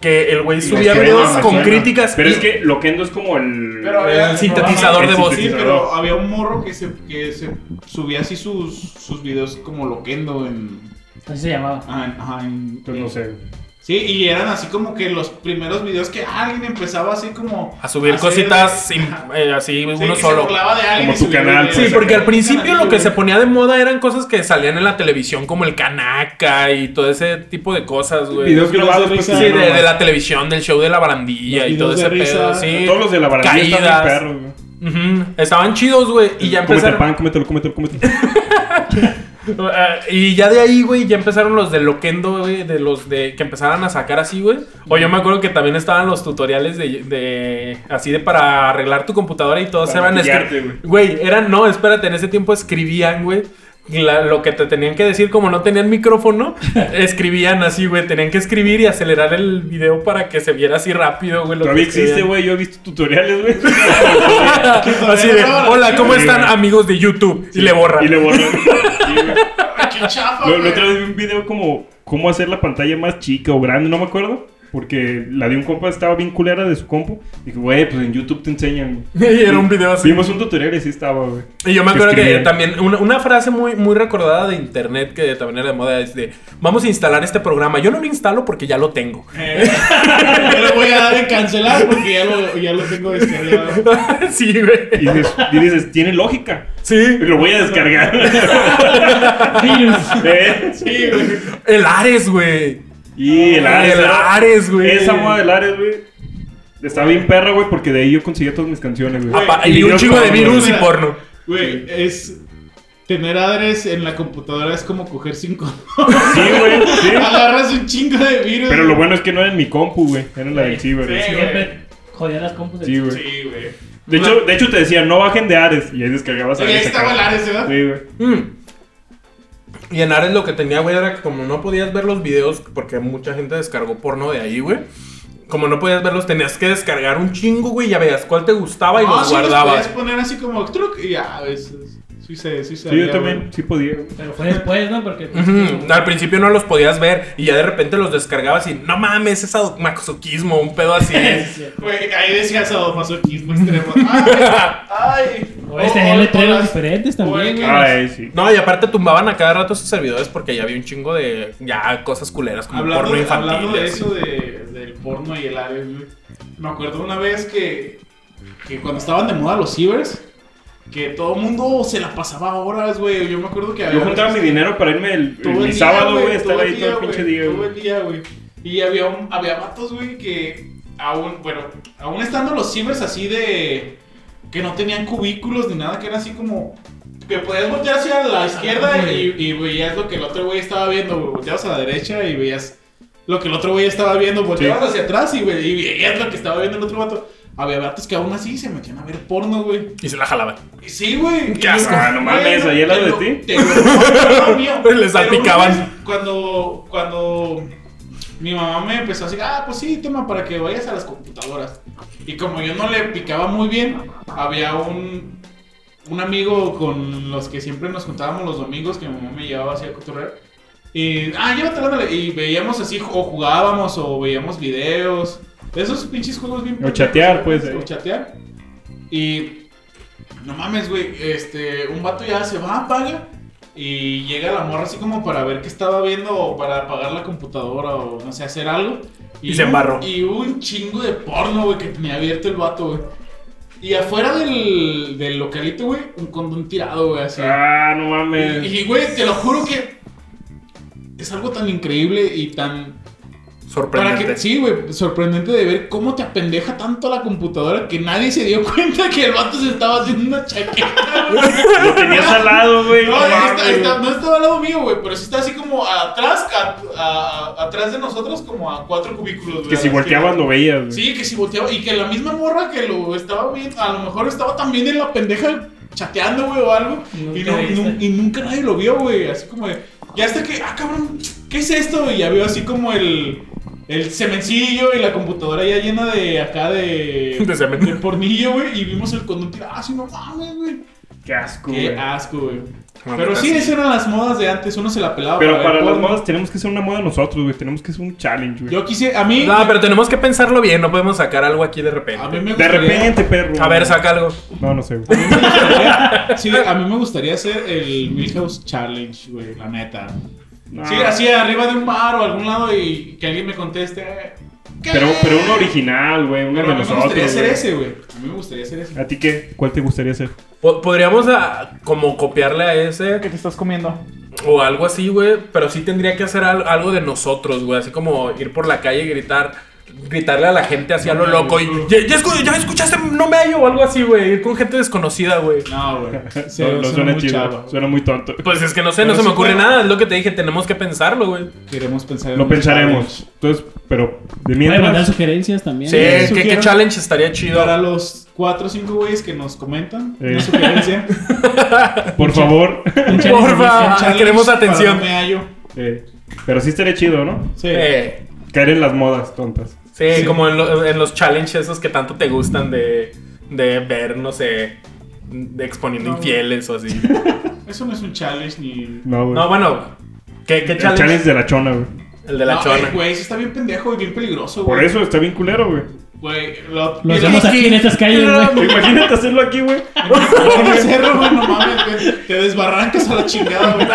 Speaker 1: Que el güey subía
Speaker 3: Me suena,
Speaker 1: videos
Speaker 3: me
Speaker 1: con
Speaker 3: suena.
Speaker 1: críticas.
Speaker 3: Pero
Speaker 1: y-
Speaker 3: es que Loquendo es como el.
Speaker 4: Pero había-
Speaker 1: el sintetizador
Speaker 3: el
Speaker 1: de voz.
Speaker 4: Sí,
Speaker 3: sintetizador.
Speaker 4: pero había un morro que se, que se subía así sus, sus videos como Loquendo en.
Speaker 2: Así se llamaba.
Speaker 4: ah, en- ajá, en-
Speaker 3: Pues no sé, güey.
Speaker 4: Sí, y eran así como que los primeros videos que alguien empezaba así como.
Speaker 1: A subir
Speaker 4: hacer-
Speaker 1: cositas
Speaker 4: Sí,
Speaker 1: sin- eh, así,
Speaker 4: que
Speaker 1: uno
Speaker 4: se
Speaker 1: solo.
Speaker 4: burlaba de alguien
Speaker 3: Como
Speaker 4: y
Speaker 3: tu
Speaker 4: subía
Speaker 3: canal,
Speaker 4: videos.
Speaker 1: Sí,
Speaker 3: pues,
Speaker 1: porque al
Speaker 4: Un
Speaker 1: principio
Speaker 4: canalillo,
Speaker 1: lo que se
Speaker 4: güey.
Speaker 1: ponía de moda eran cosas que salían en la televisión, como el canaca y todo ese tipo de cosas, güey.
Speaker 3: Videos
Speaker 4: Videos
Speaker 3: grabados,
Speaker 4: de
Speaker 3: pues,
Speaker 4: risa.
Speaker 1: Sí,
Speaker 3: que
Speaker 1: de,
Speaker 3: ya no
Speaker 1: de la televisión, del show de la barandilla
Speaker 4: Los
Speaker 1: y todo
Speaker 4: videos
Speaker 1: ese
Speaker 4: de risa.
Speaker 1: pedo, sí.
Speaker 3: Todos los de la barandilla
Speaker 1: Caídas.
Speaker 3: están bien perros, güey.
Speaker 1: Ujú, Estaban chidos, güey, y ya
Speaker 3: Cómete el
Speaker 1: empezaron...
Speaker 3: pan, cómetelo, cómetelo, cómetelo.
Speaker 1: Ah, y ya de ahí, güey, ya empezaron los de Loquendo, güey, de los de que empezaban a sacar así, güey. O yo me acuerdo que también estaban los tutoriales de, de- así de para arreglar tu computadora y todos
Speaker 3: Para
Speaker 1: eran
Speaker 3: maquillarte,
Speaker 1: escri- güey, eran no, espérate, en ese tiempo escribían, güey. la- lo que te tenían que decir, como no tenían micrófono, escribían así, güey. Tenían que escribir y acelerar el video para que se viera así rápido, güey. lo que
Speaker 3: Todavía existe,
Speaker 1: escribían.
Speaker 3: güey. Yo he visto tutoriales, güey.
Speaker 1: Así de, hola, ¿cómo están amigos de YouTube? Y le borran.
Speaker 3: Y le borran. Sí, güey.
Speaker 4: Ay, qué chafa,
Speaker 3: Lo-
Speaker 4: güey.
Speaker 3: La otra vez vi un video como cómo hacer la pantalla más chica o grande, no me acuerdo. Porque la de un compa estaba bien culera de su compu. Dije, güey, pues en YouTube te enseñan. güey.
Speaker 1: Y era un video así.
Speaker 3: Vimos un tutorial y sí estaba, güey.
Speaker 1: Y yo me
Speaker 3: Que
Speaker 1: acuerdo que
Speaker 3: escribían.
Speaker 1: también una, una frase muy, muy recordada de internet que también era de moda es de vamos a instalar este programa. Yo no lo instalo porque ya lo tengo.
Speaker 4: Eh, yo le voy a dar en cancelar porque ya lo, ya lo tengo descargado.
Speaker 1: sí, güey.
Speaker 3: Y dices, y dices, tiene lógica.
Speaker 1: Sí.
Speaker 3: Lo voy a descargar.
Speaker 2: Virus.
Speaker 3: Eh,
Speaker 4: Sí, güey.
Speaker 1: El Ares, güey.
Speaker 3: Y el Ares.
Speaker 1: El
Speaker 3: era-
Speaker 1: Ares, güey.
Speaker 3: Esa moda del Ares, güey. Está bien perra, güey, porque de ahí yo conseguía todas mis canciones, güey.
Speaker 1: Apa- y un
Speaker 3: videos
Speaker 1: chingo de
Speaker 3: porno,
Speaker 1: virus y
Speaker 4: güey.
Speaker 1: porno.
Speaker 4: Güey, es. Tener adres en la computadora es como coger cinco.
Speaker 3: Sí, güey. Sí.
Speaker 4: Agarras un chingo de virus.
Speaker 3: Pero lo bueno es que no era en mi compu, güey. Era en la del ciber.
Speaker 4: Sí,
Speaker 3: güey.
Speaker 2: Siempre jodía las compus del
Speaker 3: Sí, güey.
Speaker 4: Sí, güey.
Speaker 3: De hecho, de hecho te decían, no bajen de Ares. Y ahí descargabas
Speaker 4: Sí, ahí
Speaker 3: Ares
Speaker 4: estaba
Speaker 3: acá.
Speaker 4: el Ares, ¿verdad?
Speaker 3: Sí, güey.
Speaker 1: Mm. Y en Ares lo que tenía, güey, era que como no podías ver los videos, porque mucha gente descargó porno de ahí, güey. Como no podías verlos, tenías que descargar un chingo, güey. Ya veías cuál te gustaba y
Speaker 4: No,
Speaker 1: los
Speaker 4: Ah, sí los
Speaker 1: guardabas.
Speaker 4: podías poner así como truc y ya, a veces. Sí, se, sí, se
Speaker 3: Sí, yo
Speaker 4: había,
Speaker 3: también, sí podía.
Speaker 2: Pero fue después, ¿no? Porque. pues,
Speaker 1: Ujú, Al principio no los podías ver y ya de repente los descargabas y no mames, es sadomasoquismo, un pedo así.
Speaker 4: güey. Güey, ahí decía sadomasoquismo extremo. pues, ¡Ay! ay.
Speaker 2: O
Speaker 3: Oh,
Speaker 2: este, hay
Speaker 4: O- o
Speaker 2: letreros
Speaker 4: las-
Speaker 2: diferentes
Speaker 4: o el
Speaker 2: también, güey.
Speaker 4: que-
Speaker 3: Ay, Ah, eh, sí.
Speaker 1: No, y aparte tumbaban a cada rato sus servidores porque ya había un chingo de ya cosas culeras como
Speaker 4: Hablando,
Speaker 1: porno
Speaker 4: de,
Speaker 1: infantil.
Speaker 4: hablando
Speaker 1: y
Speaker 4: de
Speaker 1: así.
Speaker 4: eso de- del porno y el área, güey. Me acuerdo una vez que, que cuando estaban de moda los cibers, que todo el mundo se la pasaba horas, güey. Yo me acuerdo que había.
Speaker 3: Yo juntaba mi dinero para irme el,
Speaker 4: Todo
Speaker 3: el-
Speaker 4: el
Speaker 3: mi
Speaker 4: día,
Speaker 3: sábado, güey,
Speaker 4: todo
Speaker 3: estar
Speaker 4: el
Speaker 3: ahí todo el
Speaker 4: día,
Speaker 3: pinche
Speaker 4: güey,
Speaker 3: día,
Speaker 4: Todo
Speaker 3: güey.
Speaker 4: el día, güey. Y había, un- había vatos, güey, que aún, bueno, aún estando los cibers así de. que no tenían cubículos ni nada, que era así como. Que podías voltear hacia
Speaker 3: Ah,
Speaker 4: la izquierda y, y veías lo que el otro güey estaba viendo, güey. Volteabas a la derecha y veías lo que el otro güey estaba viendo. Volteabas hacia atrás y, güey, y veías lo que estaba viendo el otro vato. Había vatos que aún así se metían a ver porno, güey.
Speaker 1: Y se la jalaban.
Speaker 4: Y Sí, güey.
Speaker 1: Qué asco.
Speaker 3: Ah, no mames,
Speaker 4: Bueno,
Speaker 3: ahí al lado
Speaker 4: te
Speaker 3: de
Speaker 4: lo-
Speaker 3: ti.
Speaker 4: te lo- no, no, mío.
Speaker 1: Pues les
Speaker 4: Pero una
Speaker 1: salpicaban.
Speaker 4: vez, Cuando, cuando mi mamá me empezó a decir, ah, pues sí, toma para que vayas a las computadoras. Y como yo no le picaba muy bien, había un, un amigo con los que siempre nos juntábamos los domingos, que mi mamá me llevaba así a cotorrear. Y, ah, llévatela, ándale. Y veíamos así, o jugábamos, o veíamos videos. Esos pinches juegos bien.
Speaker 3: O chatear, pues, eh.
Speaker 4: O chatear. Y. No mames, güey. Este, un vato ya se va, apaga. Y llega la morra así como para ver qué estaba viendo o para apagar la computadora o no sé, hacer algo.
Speaker 1: Y se embarró.
Speaker 4: Y hubo un chingo de porno, güey, que tenía abierto el vato, güey. Y afuera del, del localito, güey, un condón tirado, güey, así.
Speaker 3: Ah, no
Speaker 4: Y-
Speaker 3: mames.
Speaker 4: Y, güey, te lo juro que es algo tan increíble y tan... Para
Speaker 1: Sorprendente.
Speaker 4: que, sí, güey, sorprendente de ver cómo te apendeja tanto la computadora que nadie se dio cuenta que el vato se estaba haciendo una chaqueta, güey.
Speaker 3: Lo tenías al lado, güey.
Speaker 4: No,
Speaker 3: no
Speaker 4: está-
Speaker 3: mames.
Speaker 4: está- no estaba al lado mío, güey, pero sí está así como atrás, a- a- a- atrás de nosotros, como a cuatro cubículos, güey.
Speaker 3: Que
Speaker 4: a
Speaker 3: si
Speaker 4: la
Speaker 3: volteabas lo
Speaker 4: izquierda.
Speaker 3: veías, güey.
Speaker 4: Sí, que si volteaba. Y que la misma morra que lo estaba viendo, a lo mejor estaba también en la pendeja chateando, güey, o algo.
Speaker 2: Nunca
Speaker 4: Y, no-
Speaker 2: viste.
Speaker 4: nu- y nunca nadie lo vio, güey. Así como de. Ya hasta que. Ah, cabrón, ¿qué es esto? Y ya vio así como el. El semencillo y la computadora ya llena de acá de.
Speaker 1: De semen.
Speaker 4: pornillo, güey. Y vimos el condón tirado. Ah, sí, no mames, güey.
Speaker 3: Qué asco,
Speaker 4: Qué
Speaker 3: güey.
Speaker 4: asco, güey.
Speaker 1: No,
Speaker 4: Pero
Speaker 1: neta,
Speaker 4: sí,
Speaker 1: sí.
Speaker 4: esas eran las modas de antes. Uno se la pelaba.
Speaker 3: Pero
Speaker 4: ver
Speaker 3: para las
Speaker 4: porno.
Speaker 3: modas tenemos que hacer una moda nosotros, güey. Tenemos que hacer un challenge, güey.
Speaker 4: Yo quise. A mí.
Speaker 1: No, pero tenemos que pensarlo bien, no podemos sacar algo aquí de repente.
Speaker 4: a mí me
Speaker 3: De
Speaker 4: gustaría-
Speaker 3: repente, perro.
Speaker 1: A ver, saca algo.
Speaker 3: No, no sé, güey.
Speaker 4: Sí, a mí me gustaría hacer el Milhouse Challenge, güey, la neta.
Speaker 3: No.
Speaker 4: Sí, así arriba de un bar o algún lado y que alguien me conteste. eh, ¿qué?
Speaker 3: Pero, pero uno original, güey. Uno
Speaker 4: Pero
Speaker 3: de
Speaker 4: a mí me
Speaker 3: nosotros.
Speaker 4: gustaría hacer
Speaker 3: güey.
Speaker 4: ese, güey. A mí me gustaría hacer ese.
Speaker 3: ¿A ti qué? ¿Cuál te gustaría hacer?
Speaker 1: Po- Podríamos ah, como copiarle a ese
Speaker 5: ¿Qué te estás comiendo?
Speaker 1: O algo así, güey. Pero sí tendría que hacer al- algo de nosotros, güey. Así como ir por la calle y gritar. Gritarle a la gente así a lo loco. Y, ya, ya escu- ya escuchaste, no me hallo. O algo así, güey. Ir con gente desconocida, güey.
Speaker 4: No, güey. Se-
Speaker 3: no, no suena
Speaker 4: muy
Speaker 3: chido.
Speaker 4: chavo.
Speaker 3: Suena muy tonto.
Speaker 1: Pues es que no sé, no
Speaker 4: Pero
Speaker 1: se me
Speaker 4: sí,
Speaker 1: ocurre
Speaker 4: güey.
Speaker 1: nada. Es lo que te dije, tenemos que pensarlo, güey.
Speaker 4: Queremos pensar en
Speaker 3: Lo
Speaker 4: un
Speaker 3: pensaremos. Entonces, pero de
Speaker 2: Pueden mandar
Speaker 3: mientras.
Speaker 2: sugerencias también.
Speaker 1: Sí,
Speaker 2: güey.
Speaker 1: que,
Speaker 4: sugiero-
Speaker 1: que challenge estaría
Speaker 4: challenge.
Speaker 1: chido.
Speaker 4: Para los cuatro o cinco güeyes que nos comentan,
Speaker 3: Eh.
Speaker 4: una sugerencia.
Speaker 3: Por favor.
Speaker 2: Un challenge
Speaker 1: Porfa,
Speaker 3: Ah,
Speaker 2: inicia.
Speaker 4: Challenge
Speaker 1: queremos
Speaker 4: para
Speaker 1: atención.
Speaker 4: no me hallo.
Speaker 3: Eh, pero sí estaría chido, ¿no?
Speaker 4: Sí.
Speaker 1: Eh,
Speaker 3: Caer en las modas tontas.
Speaker 1: sí,
Speaker 4: Sí.
Speaker 1: como en, lo- en los challenges esos que tanto te gustan de, de ver, no sé, de exponiendo
Speaker 4: No, güey.
Speaker 1: infieles o así.
Speaker 4: Eso no es un challenge ni.
Speaker 3: No, güey.
Speaker 1: No, bueno, ¿qué, qué
Speaker 3: El challenge?
Speaker 1: challenge?
Speaker 3: de la chona, güey.
Speaker 1: El de la
Speaker 4: No,
Speaker 1: chona.
Speaker 4: eh, Güey, eso está bien pendejo y bien peligroso, güey.
Speaker 3: Por eso está bien culero, güey.
Speaker 4: Güey, lo.
Speaker 2: Los
Speaker 4: Mira,
Speaker 2: vemos aquí en estas calles, güey.
Speaker 3: Imagínate hacerlo aquí, güey.
Speaker 4: En el cerro, güey, no mames, güey. Te desbarrancas a la chingada, güey.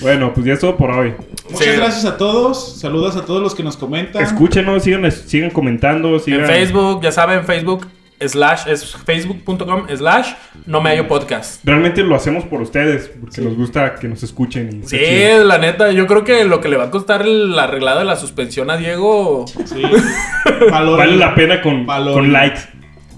Speaker 3: Bueno, pues ya es todo por hoy.
Speaker 4: Muchas
Speaker 1: Sí.
Speaker 4: gracias a todos. Saludos a todos los que nos comentan.
Speaker 3: Escúchenos, sigan, sigan comentando, sigan.
Speaker 1: En Facebook, ya saben, Facebook slash es facebook.com slash no me hallo podcast.
Speaker 3: Realmente lo hacemos por ustedes, porque nos gusta que nos escuchen. y está
Speaker 1: Sí,
Speaker 3: chido.
Speaker 1: la neta, yo creo que lo que le va a costar la arreglada de la suspensión a Diego.
Speaker 4: Sí. Valoren.
Speaker 3: Vale la pena con,
Speaker 4: Valor.
Speaker 3: con likes.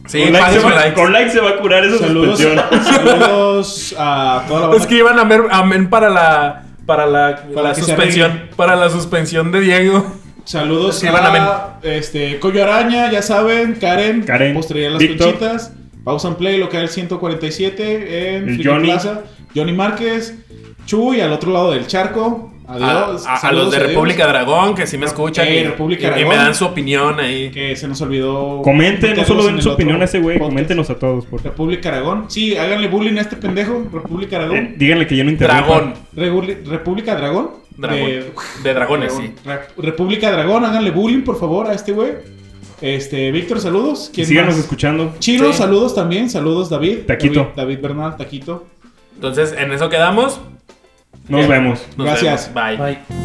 Speaker 1: Sí,
Speaker 3: con, likes
Speaker 1: pásenme
Speaker 3: se va,
Speaker 1: likes.
Speaker 3: con likes se va a curar esa
Speaker 4: Saludos,
Speaker 3: suspensión.
Speaker 4: saludos a toda la banda.
Speaker 1: Escriban amén, amén para la para la,
Speaker 4: Para
Speaker 1: la
Speaker 4: que se
Speaker 1: suspensión, para la suspensión de Diego.
Speaker 4: Saludos
Speaker 1: escriban
Speaker 4: a este, Coyo Araña, ya saben, Karen,
Speaker 3: Karen,
Speaker 4: Postrería Las
Speaker 3: Víctor.
Speaker 4: Conchitas, Pausa and Play, local 147 en
Speaker 3: El
Speaker 4: Friki
Speaker 3: Johnny.
Speaker 4: Plaza, Johnny Márquez, Chuy al otro lado del charco, Adiós.
Speaker 1: a, a- a
Speaker 4: saludos,
Speaker 1: los de
Speaker 4: adiós.
Speaker 1: República Dragón, que sí me escuchan
Speaker 4: Ey,
Speaker 1: y,
Speaker 4: República
Speaker 1: y- y me
Speaker 4: Dragón.
Speaker 1: dan su opinión ahí.
Speaker 4: Que se nos olvidó.
Speaker 3: Comenten, no
Speaker 4: meterlos
Speaker 3: solo
Speaker 4: en
Speaker 3: den
Speaker 4: el
Speaker 3: su
Speaker 4: otro
Speaker 3: opinión a ese güey,
Speaker 4: podcast.
Speaker 3: coméntenos a todos, por favor.
Speaker 4: República Aragón. Sí, háganle bullying a este pendejo. República
Speaker 3: Eh,
Speaker 4: Aragón.
Speaker 3: Díganle que yo no interrumpa.
Speaker 1: Dragón.
Speaker 4: Reguli- República Dragón.
Speaker 1: Dragón.
Speaker 4: De-
Speaker 1: De dragones,
Speaker 4: Dragón.
Speaker 1: sí.
Speaker 4: Ra- República Dragón, háganle bullying, por favor, a este güey. Este, Víctor, saludos. ¿Quién
Speaker 3: Síganos
Speaker 4: más?
Speaker 3: escuchando.
Speaker 4: Chino,
Speaker 1: Sí.
Speaker 4: saludos también. Saludos, David.
Speaker 3: Taquito.
Speaker 4: David, David Bernal, Taquito.
Speaker 1: Entonces, en eso quedamos.
Speaker 3: Nos
Speaker 4: Bien.
Speaker 3: vemos.
Speaker 1: Nos
Speaker 4: Gracias.
Speaker 1: vemos. Bye.
Speaker 2: Bye.